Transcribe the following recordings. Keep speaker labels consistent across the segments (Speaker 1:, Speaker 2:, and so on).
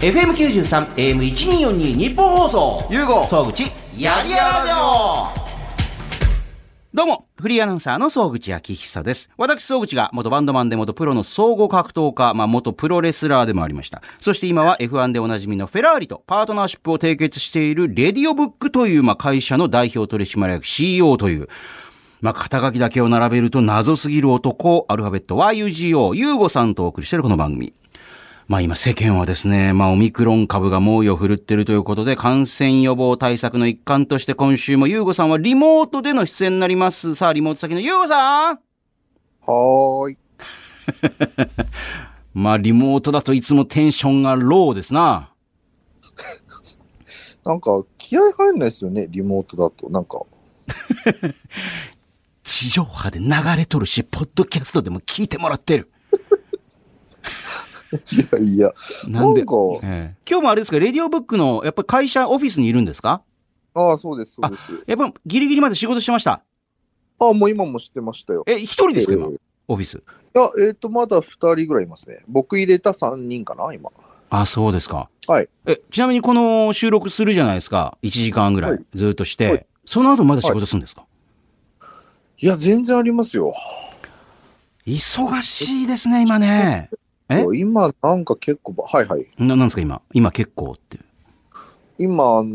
Speaker 1: FM93、AM1242、日本放送。
Speaker 2: ゆうご
Speaker 1: 総口、やりやらじょどうも、フリーアナウンサーの総口昭久です。私、総口が元バンドマンで元プロの総合格闘家、まあ元プロレスラーでもありました。そして今は F1 でおなじみのフェラーリとパートナーシップを締結しているレディオブックという、まあ会社の代表取締役 CEO という、まあ、肩書きだけを並べると謎すぎる男、アルファベット YUGO、ユーゴさんとお送りしているこの番組。まあ今世間はですね、まあオミクロン株が猛威を振るってるということで、感染予防対策の一環として今週もユーゴさんはリモートでの出演になります。さあ、リモート先のユーゴさん
Speaker 2: はーい。
Speaker 1: まあリモートだといつもテンションがローですな。
Speaker 2: なんか、気合入んないですよね、リモートだと。なんか、
Speaker 1: 地上波で流れとるし、ポッドキャストでも聞いてもらってる。
Speaker 2: いやいや。
Speaker 1: なんで
Speaker 2: なんか
Speaker 1: ええ今日もあれですか、レディオブックの、やっぱり会社、オフィスにいるんですか
Speaker 2: ああ、そうです、そうです。
Speaker 1: やっぱギリギリまで仕事してました。
Speaker 2: ああ、もう今も知ってましたよ。
Speaker 1: え、一人ですか、今
Speaker 2: えーい、
Speaker 1: オフィス。
Speaker 2: や、えっ、と、まだ2人ぐらいいますね。僕入れた3人かな、今。
Speaker 1: あ、そうですか。
Speaker 2: はい。
Speaker 1: え、ちなみにこの収録するじゃないですか。1時間ぐら
Speaker 2: はいい
Speaker 1: ずっとして、
Speaker 2: はい
Speaker 1: その後まだ仕事するんですか、
Speaker 2: いや、全然ありますよ。
Speaker 1: 忙しいですね、今ね。え
Speaker 2: 今、なんか結構ば、はいはい。
Speaker 1: な、なんですか、今。今結構っていう。
Speaker 2: 今、あの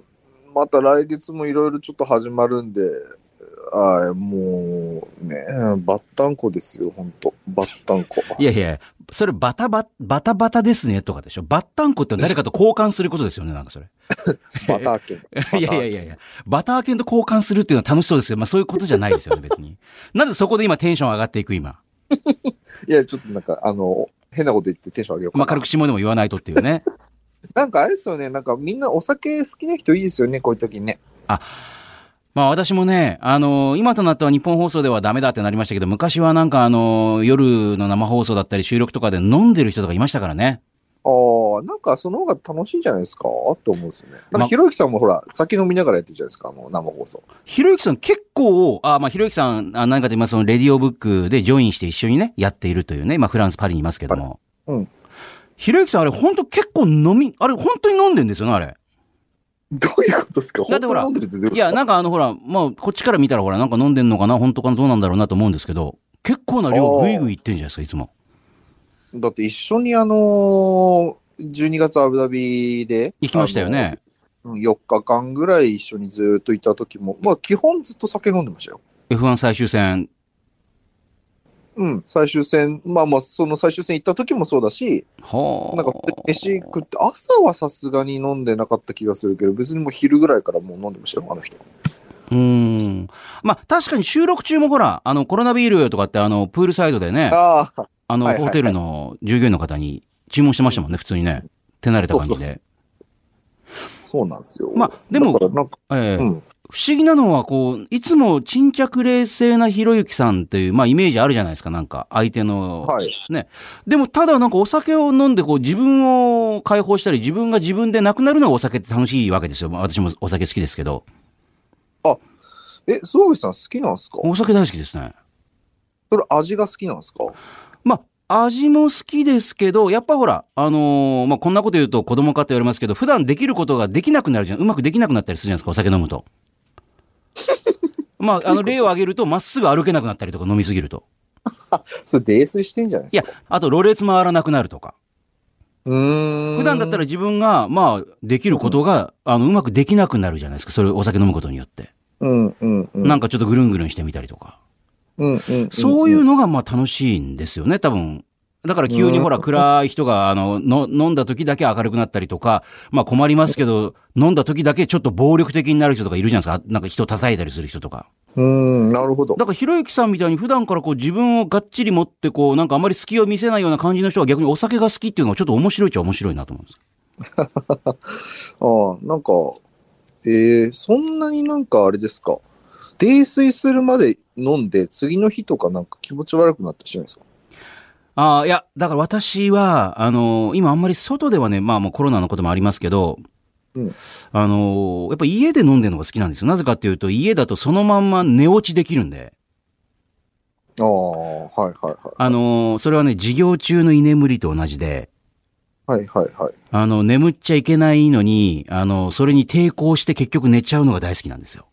Speaker 2: ーまた来月もいろいろちょっと始まるんで、はい、もうね、バッタンコですよ、ほんと。バッタンコ。
Speaker 1: いやいや、それバタバ、バタバタですねとかでしょ。バッタンコって誰かと交換することですよね、なんかそれ。
Speaker 2: バターケン。
Speaker 1: いやいやいやいや、バター犬と交換するっていうのは楽しそうですけど、まあそういうことじゃないですよね、別 に。なぜそこで今テンション上がっていく今。
Speaker 2: いや、ちょっとなんか、あの、変なこと言ってテンション上げようか
Speaker 1: ま
Speaker 2: な。
Speaker 1: あ軽く下でも言わないとっていうね。
Speaker 2: なんかあれですよね、なんかみんなお酒好きな人いいですよね、こういう時ね。
Speaker 1: まあ私もね、あのー今となっては日本放送ではダメだってなりましたけど、昔はなんかあのー夜の生放送だったり収録とかで飲んでる人とかいましたからね。
Speaker 2: ああ、なんかその方が楽しいんじゃないですかって思うんですよね。な
Speaker 1: ま
Speaker 2: んかひろゆきさんもほら、酒飲みながらやってるじゃないですか、あの生放送。
Speaker 1: ひろゆきさん結構、あまあひろゆきさん、あ何かと言いますと、レディオブックでジョインして一緒にね、やっているというね、今フランスパリにいますけども。
Speaker 2: はいうん。
Speaker 1: ひろゆきさんあれ本当結構飲み、あれ本当に飲んでんですよね、あれ。
Speaker 2: どういうことですか
Speaker 1: だってほら
Speaker 2: 本当に飲んでるってどういう
Speaker 1: い
Speaker 2: ことです
Speaker 1: や、
Speaker 2: か
Speaker 1: なんかあの、ほら、まあ、こっちから見たらほら、なんか飲んでんのかな本当かなどうなんだろうなと思うんですけど、結構な量
Speaker 2: あー
Speaker 1: ぐいぐいいってんじゃないですか、いつも。
Speaker 2: だって一緒にあのー、12月アブダビで。
Speaker 1: 行きましたよね。
Speaker 2: あの。うん4日間ぐらい一緒にずっといた時も、まあ基本ずっと酒飲んでましたよ。
Speaker 1: F1 最終戦。
Speaker 2: うん、最終戦、まあまあ、その最終戦行った時もそうだし、
Speaker 1: はあ。
Speaker 2: なんか、飯食って、朝はさすがに飲んでなかった気がするけど、別にもう昼ぐらいからもう飲んでましたよ、あの人。
Speaker 1: うーん。まあ、確かに収録中もほら、あの、コロナビールとかって、あの、プールサイドでね、あ
Speaker 2: ああ、
Speaker 1: の、
Speaker 2: はいはいは
Speaker 1: ホ
Speaker 2: い
Speaker 1: テルの従業員の方に注文してましたもんね、普通にね。手慣れた感じで。
Speaker 2: そうそそうなんですよ。
Speaker 1: まあでも
Speaker 2: だからなんか、
Speaker 1: ええ
Speaker 2: うん。
Speaker 1: 不思議なのは、こう、いつも沈着冷静なひろゆきさんっていう、まあ、イメージあるじゃないですか、なんか、相手の。
Speaker 2: はい。
Speaker 1: でも、ただなんかお酒を飲んで、こう、自分を解放したり、自分が自分でなくなるのがお酒って楽しいわけですよ。まあ私もお酒好きですけど。
Speaker 2: え、総口さん好きなんですか
Speaker 1: お酒大好きですね。
Speaker 2: それ味が好きなんですか
Speaker 1: まあ、味も好きですけど、やっぱほら、あのーまあ、こんなこと言うと子供かって言われますけど、普段できることができなくなるじゃん。うまくできなくなったりするじゃないですか、お酒飲 むと。まあ、あの、例を挙げると、まっすぐ歩けなくなったりとか飲みすぎると。
Speaker 2: それ泥酔してんじゃない
Speaker 1: い
Speaker 2: です
Speaker 1: や
Speaker 2: か、
Speaker 1: あと、ろれつ回らなくなるとか。
Speaker 2: うーん。
Speaker 1: 普段だったら自分が、まあ、できることが、あの、うまくできなくなるじゃないですか。それ、お酒飲むことによって。
Speaker 2: うん、うん、うん。
Speaker 1: なんかちょっとぐるんぐるんしてみたりとか。
Speaker 2: うん、うんうん。
Speaker 1: そういう
Speaker 2: う。
Speaker 1: のが、まあ、楽しいんですよね、多分。だから急に
Speaker 2: うん
Speaker 1: ほら、暗い人が、あの、の、飲んだ時だけ明るくなったりとか、まあ困りますけど、飲んだ時だけちょっと暴力的になる人とかいるじゃないですか。なんか人叩いたりする人とか。
Speaker 2: うん、なるほど。
Speaker 1: だからひろゆきさんみたいに普段からこう自分をがっちり持ってこう、なんかあまり隙を見せないような感じの人は逆にお酒が好きっていうのはちょっと面白いっちゃ面白いなと思うんです。
Speaker 2: ああ、なんか、えー、そんなになんかあれですか。泥酔するまで飲んで、次の日とかなんか気持ち悪くなったりしないですか
Speaker 1: ああ、いや、だから私は、あのー今あんまり外ではね、まあもうコロナのこともありますけど、
Speaker 2: うん
Speaker 1: あのーやっぱ家で飲んでるのが好きなんですよ。なぜかっていうと、家だとそのまんま寝落ちできるんで、
Speaker 2: ああ、はいはいはい。
Speaker 1: あのーそれはね、授業中の居眠りと同じで、
Speaker 2: はいはいはい。
Speaker 1: あの、眠っちゃいけないのに、あの、それに抵抗して結局寝ちゃうのが大好きなんですよ。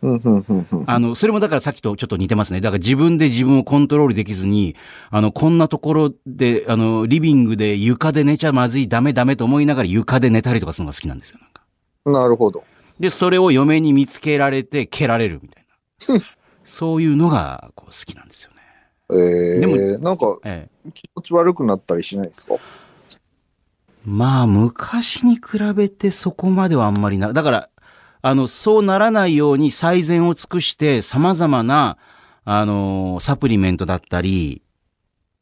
Speaker 2: うんうんうんうん。
Speaker 1: あの、それもだからさっきとちょっと似てますね。だから自分で自分をコントロールできずに、あの、こんなところで、あの、リビングで床で寝ちゃまずい、ダメダメと思いながら床で寝たりとかするのが好きなんですよ。なんか
Speaker 2: なるほど。
Speaker 1: で、それを嫁に見つけられて、蹴られるみたいな。そういうのが、こう、好きなんですよね。
Speaker 2: えー、
Speaker 1: で
Speaker 2: で
Speaker 1: も
Speaker 2: もなんか
Speaker 1: ええ。
Speaker 2: 気持ち悪くなったりしないですか
Speaker 1: まあ、昔に比べてそこまではあんまりな、だから、あの、そうならないように最善を尽くして、様々な、あのーサプリメントだったり、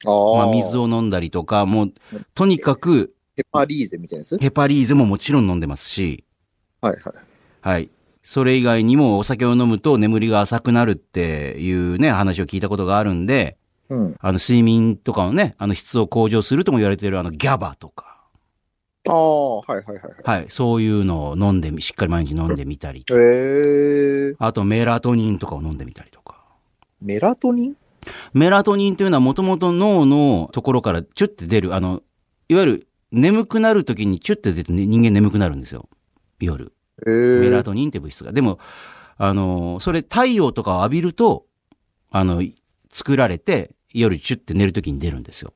Speaker 2: ああ。
Speaker 1: まあ、水
Speaker 2: を。
Speaker 1: を飲んだりとか、もう、とにかく、
Speaker 2: ヘパリーゼみたいなやつ
Speaker 1: ヘパリーゼももちろん飲んでますし、
Speaker 2: はいはい。
Speaker 1: はい。それ以外にもお酒を飲むと眠りが浅くなるっていうね、話を聞いたことがあるんで、
Speaker 2: うん。
Speaker 1: あの、睡眠とかのね、あの、質を向上するとも言われている、あの、ギャバとか、
Speaker 2: ああ、はいはいはいはい。
Speaker 1: はい。そういうのを飲んでみ、しっかり毎日飲んでみたりとか
Speaker 2: えー、
Speaker 1: あとメラトニンとかを飲んでみたりとか。
Speaker 2: メラトニン
Speaker 1: メラトニンというのはもともと脳のところからチュッて出る、あの、いわゆる眠くなる時にチュッて出て、ね、人間眠くなるんですよ。夜。
Speaker 2: え
Speaker 1: メラ
Speaker 2: ー、
Speaker 1: トニンって物質が。でも、あの、それ太陽とかを浴びると、あの、作られて夜チュッて寝る時に出るんですよ。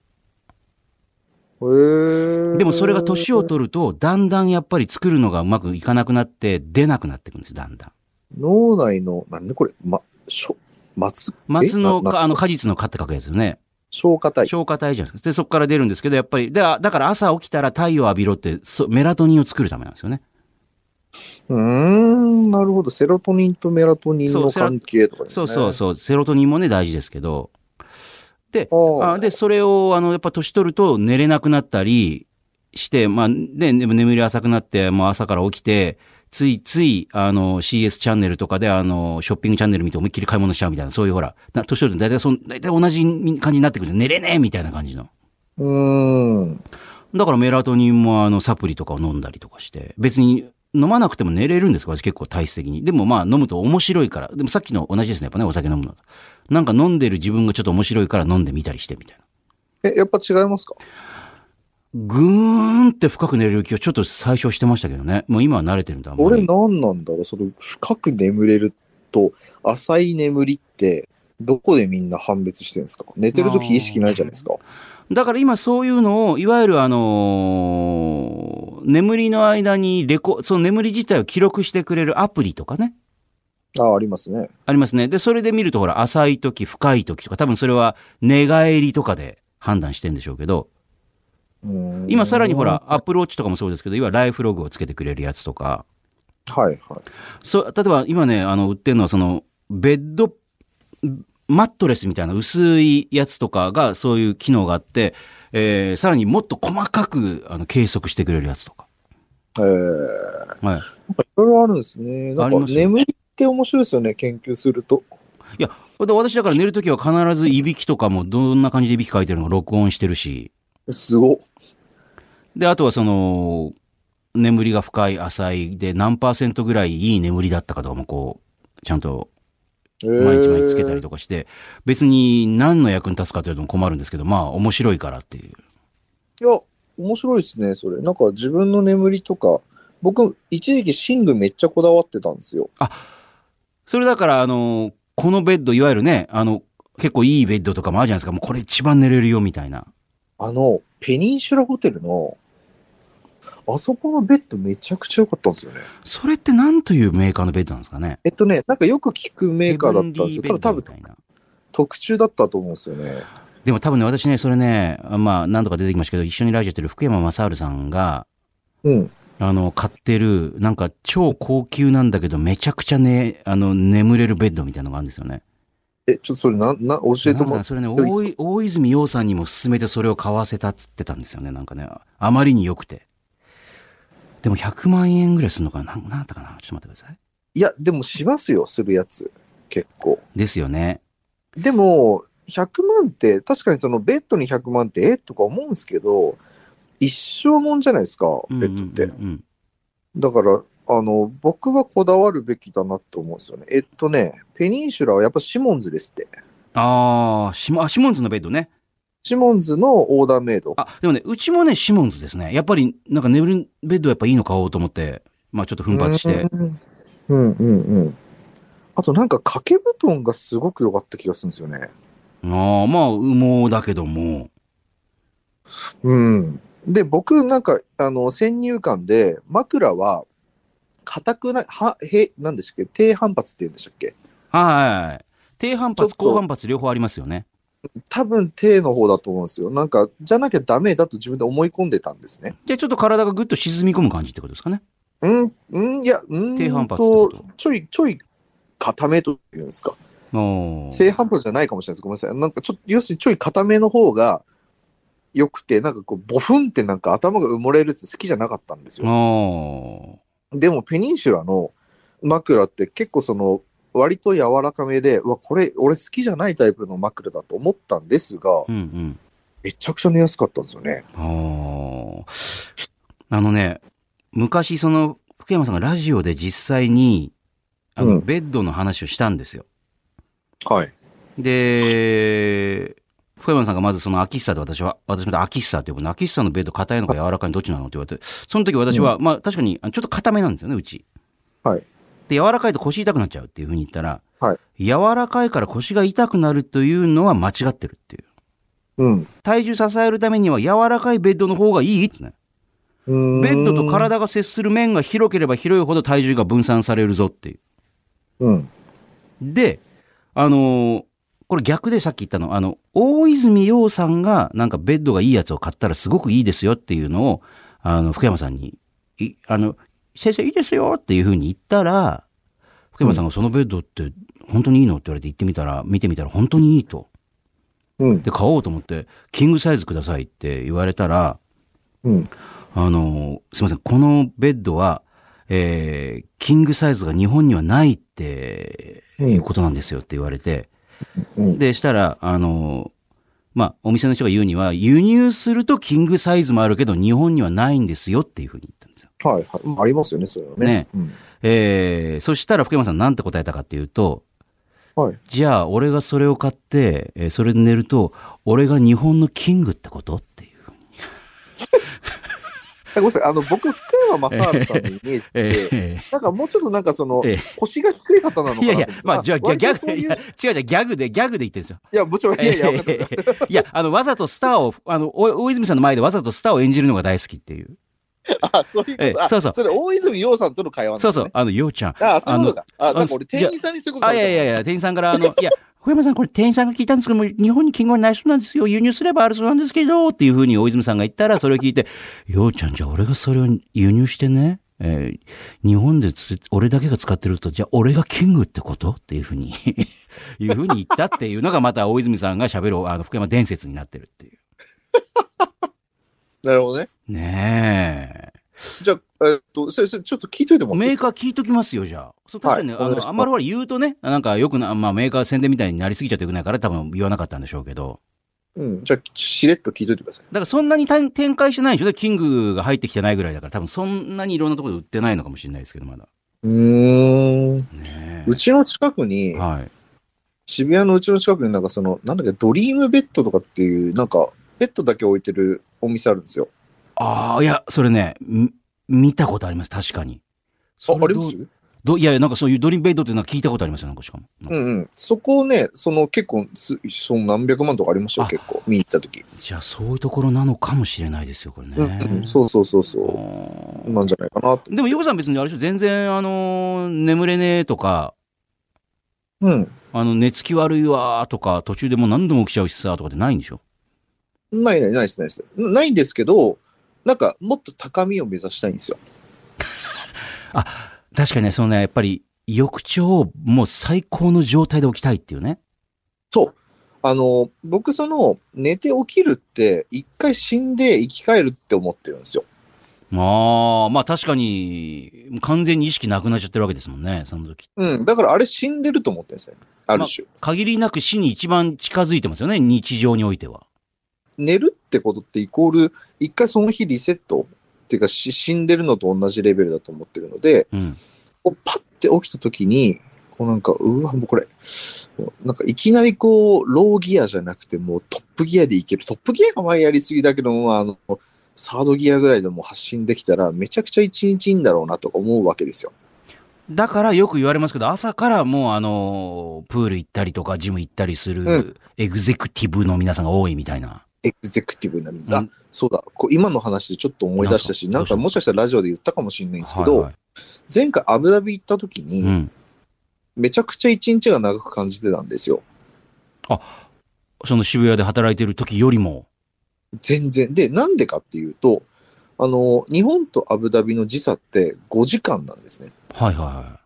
Speaker 2: えー、
Speaker 1: でもそれが年を取ると、だんだんやっぱり作るのがうまくいかなくなって出なくなってくるんです、だんだん。
Speaker 2: 脳内の、なんでこれ、ま、しょ、松、
Speaker 1: 松の
Speaker 2: えな
Speaker 1: か、あの果実の果って書くやつよね。
Speaker 2: 消化体。
Speaker 1: 消化体じゃないですか。で、そこから出るんですけど、やっぱり、でだから朝起きたら太陽浴びろって、そメラトニンを作るためなんですよね。
Speaker 2: うーん、なるほど。セロトニンとメラトニン
Speaker 1: そう
Speaker 2: の
Speaker 1: セロ
Speaker 2: 関係とかです
Speaker 1: そ
Speaker 2: ね。
Speaker 1: うそうそう。セロトニンもね、大事ですけど。で、
Speaker 2: おう
Speaker 1: あで、それを、あの、やっぱ年取ると寝れなくなったりして、まあ、ね、でも眠り浅くなって、もう朝から起きて、ついつい、あの、CS チャンネルとかで、あの、ショッピングチャンネル見て思いっきり買い物しちゃうみたいな、そういうほら、な年取ると大体そん、大体同じ感じになってくるじゃん。寝れねえみたいな感じの。
Speaker 2: う。うーん。
Speaker 1: だからメラトニンもあのサプリとかを飲んだりとかして、別に飲まなくても寝れるんです私結構体質的に。でもまあ飲むと面白いから、でもさっきの同じですね、やっぱね、お酒飲むのと。なんか飲んでる自分がちょっと面白いから飲んでみたりしてみたいな。
Speaker 2: え、やっぱ違いますか
Speaker 1: ぐーんって深く寝れる気をちょっと最初してましたけどね。もう今は慣れてるんだ、あんまり
Speaker 2: 俺何なんだろうその深く眠れると浅い眠りってどこでみんな判別してるんですか寝てる時意識ないじゃないですか
Speaker 1: だから今そういうのを、いわゆるあのー眠りの間にレコ、その眠り自体を記録してくれるアプリとかね。
Speaker 2: ああありますね
Speaker 1: ありますね。で、それで見るとほら、浅い時、深い時とか、多分それは寝返りとかで判断してんでしょうけど、
Speaker 2: うーん
Speaker 1: 今さらにほら、アップローチとかもそうですけど、いわゆるライフログをつけてくれるやつとか、
Speaker 2: はいはい
Speaker 1: そう、例えば今ね、あの、売ってるのはその、ベッド、マットレスみたいな薄いやつとかがそういう機能があって、えー、さらにもっと細かく、あの、計測してくれるやつとか。
Speaker 2: えー、なんか
Speaker 1: はい。
Speaker 2: いろいろあるんですねな
Speaker 1: あ
Speaker 2: ん
Speaker 1: り
Speaker 2: か
Speaker 1: ますよ
Speaker 2: 眠りって面白いですよね研究すると
Speaker 1: いや、で私だから寝るときは必ずいびきとかもどんな感じでいびきかいてるのか録音してるし、
Speaker 2: すごっ
Speaker 1: で、あとはその、眠りが深い、浅いで、何パーセントぐらいいい眠りだったかとかもこう、ちゃんと
Speaker 2: え
Speaker 1: 毎日毎日つけたり
Speaker 2: ー、
Speaker 1: とかして、別に何の役に立つかというと困るんですけど、まあ面白いからっていう。
Speaker 2: いや面白いですねそれなんか自分の眠りとか僕一時期寝具めっちゃこだわってたんですよ
Speaker 1: それだから、あの、このベッド、いわゆるね、あの、結構いいベッドとかもあるじゃないですか。もうこれ一番寝れるよみたいな。
Speaker 2: あの、ペニンシュラホテルの、あそこのベッドめちゃくちゃ良かったんですよね。
Speaker 1: それって何というメーカーのベッドなんですかね
Speaker 2: えっとね、なんかよく聞くメーカーだったんですよ。
Speaker 1: ヘ
Speaker 2: た
Speaker 1: ブ
Speaker 2: だ
Speaker 1: ンリーベッドみ
Speaker 2: 多分
Speaker 1: たいな。
Speaker 2: 特注だったと思うんですよね。
Speaker 1: でも多分ね、私ね、それね、まあ何度か出てきましたけど、一緒にラジオやってる福山雅治さんが、
Speaker 2: うん。
Speaker 1: あの、買ってる、なんか超高級なんだけど、めちゃくちゃね、あの、眠れるベッドみたいなのがあるんですよね。
Speaker 2: え、ちょっとそれな、な、教えて
Speaker 1: なん
Speaker 2: も
Speaker 1: から
Speaker 2: っ
Speaker 1: それね、
Speaker 2: どうです
Speaker 1: 大い大泉洋さんにも勧めてそれを買わせたっつってたんですよね、なんかね。あまりに良くて。でも100万円ぐらいするのかななんなんだったかなちょっと待ってください。
Speaker 2: いや、でもしますよ、するやつ。結構。
Speaker 1: ですよね。
Speaker 2: でも、100万って、確かにそのベッドに100万って、えとか思うんですけど、一生もんじゃないですか、
Speaker 1: う
Speaker 2: ベ
Speaker 1: ん
Speaker 2: ッドって。
Speaker 1: うんうんうん
Speaker 2: だから、あの、僕がこだわるべきだなって思うんですよね。えっとね、ペニンシュラはやっぱシモンズですって。
Speaker 1: あーシモあ、シモンズのベッドね。
Speaker 2: シモンズのオーダーメイド。
Speaker 1: あ、でもね、うちもね、シモンズですね。やっぱり、なんか眠るベッドやっぱいいの買おうと思って、まあちょっと奮発して。
Speaker 2: うん。うんうんうん。あとなんか掛け布団がすごく良かった気がするんですよね。
Speaker 1: ああ、まあ、羽毛だけども。
Speaker 2: うん。で、僕なんか、あの、先入観で、枕は、硬くない、は、へ、なんでしたっけ低反発って言うんでしたっけ
Speaker 1: はいはいはい。低反
Speaker 2: ちょっ
Speaker 1: 発、
Speaker 2: と
Speaker 1: 高反発両方ありますよね。
Speaker 2: 多分低の方だと思うんですよ。なんか、じゃなきゃダメだと自分で思い込んでたんですね。
Speaker 1: じゃあちょっと体がぐっと沈み込む感じってことですかね。
Speaker 2: うん、うん、いや、うん
Speaker 1: 低反発ってこと。
Speaker 2: ちょい、ちょい、固めというんですか。
Speaker 1: おー
Speaker 2: 正反発じゃないかもしれないです。ごめんなさい。なんかちょっと、要するにちょい固めの方が良くて、なんかこう、ボフンってなんか頭が埋もれるやつ好きじゃなかったんですよ。
Speaker 1: お
Speaker 2: でも、ペニンシュラの枕って結構その、割と柔らかめで、うわ、これ、俺好きじゃないタイプの枕だと思ったんですが
Speaker 1: ー。、うん
Speaker 2: めちゃくちゃ寝やすかったんですよね。
Speaker 1: うん。おーあのね、昔その、福山さんがラジオで実際に、あの、
Speaker 2: うん
Speaker 1: ベッドの話をしたんですよ。
Speaker 2: はい。
Speaker 1: で、福山さんがまずその秋久で私は、私のこと秋久って呼ぶの、秋久のベッド硬いのか柔らかいのどっちなのって言われて、その時私は、まあ確かにあのちょっと硬めなんですよね、うち。
Speaker 2: はい。
Speaker 1: で、柔らかいと腰痛くなっちゃうっていうふうに言ったら、。
Speaker 2: はい
Speaker 1: 柔らかいから腰が痛くなるというのは間違ってるっていう。
Speaker 2: うん。
Speaker 1: 体重支えるためには柔らかいベッドの方がいいってね。
Speaker 2: ベッ
Speaker 1: ベッドと体が接する面が広ければ広いほど体重が分散されるぞっていう。
Speaker 2: うん。
Speaker 1: で、あのーこれ逆でさっき言ったの、あの、大泉洋さんがなんかベッドがいいやつを買ったらすごくいいですよっていうのを、あの、福山さんに、いあの、先生いいですよっていうふうに言ったら、福山さんがそのベッドって本当にいいのって言われて行ってみたら、見てみたら本当にいいと。
Speaker 2: うん。
Speaker 1: で、買おうと思って、キングサイズくださいって言われたら、
Speaker 2: うん。
Speaker 1: あのーすいません、このベッドは、えー、キングサイズが日本にはないっていうことなんですよって言われて、
Speaker 2: うん。
Speaker 1: で、したら、あの、まあ、お店の人が言うには、輸入するとキングサイズもあるけど、日本にはないんですよっていうふうに言ったんですよ。
Speaker 2: はい、はいうん。ありますよね、それはね。
Speaker 1: ね
Speaker 2: うん。
Speaker 1: えー、そしたら福山さんなんて答えたかっていうと、
Speaker 2: はい。
Speaker 1: じゃあ、俺がそれを買って、えーそれで寝ると、俺が日本のキングってことっていう。
Speaker 2: えごめんなさい、あの、僕、福山雅治さんのイメージで、
Speaker 1: え
Speaker 2: なんかもうちょっとなんかその
Speaker 1: ええ、
Speaker 2: 腰が低い方なのかなと思
Speaker 1: い
Speaker 2: って
Speaker 1: やいや、まあ、じゃあ、ギャ
Speaker 2: 割と
Speaker 1: ギャ
Speaker 2: そ
Speaker 1: グ、
Speaker 2: う
Speaker 1: い
Speaker 2: いう
Speaker 1: や、 違う違う、ギャグで、ギャグで言ってるんですよ。
Speaker 2: いや、もちろん、いやいや、分かった。
Speaker 1: いや、あの、わざとスターを、あの、お大泉さんの前でわざとスターを演じるのが大好きっていう。
Speaker 2: あ、そういうこと、
Speaker 1: ええ
Speaker 2: あ
Speaker 1: そうそう
Speaker 2: れ、大泉洋さんとの会話なんです
Speaker 1: そ
Speaker 2: ね。
Speaker 1: うそう、あの、ようちゃん。
Speaker 2: あ、そういうことか。あ、
Speaker 1: の
Speaker 2: なんか俺、店員さんにそういうこと
Speaker 1: あ、いやいやいや、店員さんから、あの、いや、小山さん、これ店員さんが聞いたんですけども、日本に金庫はないそうなんですよ。輸入すればあるそうなんですけど、っていうふうに大泉さんが言ったら、それを聞いて、ようちゃん、じゃあ俺がそれを輸入してね、えー日本でつ俺だけが使ってると、じゃあ俺がキングってことっていうふうに、 いうふうに言ったっていうのが、また大泉さんが喋る、あの、福山伝説になってるっていう。
Speaker 2: なるほどね。
Speaker 1: ねえ。
Speaker 2: じゃあ、えっと、それ、それちょっと聞いといてもらって
Speaker 1: メ
Speaker 2: いいで
Speaker 1: ー
Speaker 2: すか
Speaker 1: カー聞いときますよ、じゃあ。そう、確かにね、
Speaker 2: はい
Speaker 1: あ
Speaker 2: お願いしま
Speaker 1: の、
Speaker 2: す
Speaker 1: あんまりほら言うとね、なんかよくな、まあメーカー宣伝みたいになりすぎちゃってよくないから、多分言わなかったんでしょうけど。
Speaker 2: うん。じゃあ、しれっと聞いといてください。
Speaker 1: だからそんなにた展開してないんでしょキングが入ってきてないぐらいだから、多分そんなにいろんなところで売ってないのかもしれないですけど、まだ。
Speaker 2: うーん。
Speaker 1: ねえ
Speaker 2: うちの近くに、
Speaker 1: はい。
Speaker 2: 渋谷のうちの近くになんかその、なんだっけ、ドリームベッドとかっていう、なんか、ベッドだけ置いてるお店あるんですよ。
Speaker 1: ああ、いや、それね、み見たことあります、確かに。
Speaker 2: あ、
Speaker 1: そ
Speaker 2: あ
Speaker 1: れ
Speaker 2: り
Speaker 1: ど
Speaker 2: ま
Speaker 1: う
Speaker 2: す
Speaker 1: どいやいや、なんかそういうドリームベッドっていうのは聞いたことありますよ、なんかしかも。
Speaker 2: うんうん。そこをね、その結構す、その何百万とかありましたよ、
Speaker 1: あ
Speaker 2: 結構。見に行った時。
Speaker 1: じゃあ、そういうところなのかもしれないですよ、これね。
Speaker 2: うんうん。そうそうそうそ
Speaker 1: あ
Speaker 2: う。
Speaker 1: ー
Speaker 2: なんじゃないかなと。
Speaker 1: でも、ヨコさん別にあれでしょ、全然、あのー眠れねえとか、
Speaker 2: うん。
Speaker 1: あの、寝つき悪いわーとか、途中でもう何度も起きちゃうしさーとかってないんでしょ
Speaker 2: ないないないですないです。なないんですけど、なんかもっと高みを目指したいんですよ。
Speaker 1: 確かにね、そのね、やっぱり、翌朝をもう最高の状態で起きたいっていうね。
Speaker 2: そう。あの、僕その、寝て起きるって、一回死んで生き返るって思ってるんですよ。
Speaker 1: ああ、まあ確かに、完全に意識なくなっちゃってるわけですもんね、その時。
Speaker 2: うん。だからあれ死んでると思ってるんですね。ある種。
Speaker 1: 限りなく死に一番近づいてますよね、日常においては。
Speaker 2: 寝るってことってイコール、一回その日リセットっていうかし死んでるのと同じレベルだと思ってるので、
Speaker 1: うん。
Speaker 2: こうパッて起きた時に、こもうなんか、うわ、もうこれ、もうなんかいきなりこう、ローギアじゃなくて、もうトップギアでいける。トップギアが前やりすぎだけども、あの、サードギアぐらいでもう発信できたら、めちゃくちゃ一日いいんだろうなとか思うわけですよ。
Speaker 1: だからよく言われますけど、朝からもうあの、プール行ったりとか、ジム行ったりす
Speaker 2: う
Speaker 1: る、エグゼクティブの皆さんが多いみたいな。
Speaker 2: エグゼクティブになるんだ。
Speaker 1: うん
Speaker 2: そうだ、こう今の話でちょっと思い出したし、
Speaker 1: な
Speaker 2: なんん
Speaker 1: す
Speaker 2: か
Speaker 1: か
Speaker 2: もしかしたらラジオで言ったかもしれないんですけど、
Speaker 1: はいはい
Speaker 2: 前回アブダビ行った時に、
Speaker 1: うん。
Speaker 2: めちゃくちゃ一日が長く感じてたんですよ。
Speaker 1: その渋谷で働いてる時よりも。
Speaker 2: 全然。で、なんでかっていうと、あの、日本とアブダビの時差って5時間なんですね。
Speaker 1: はいは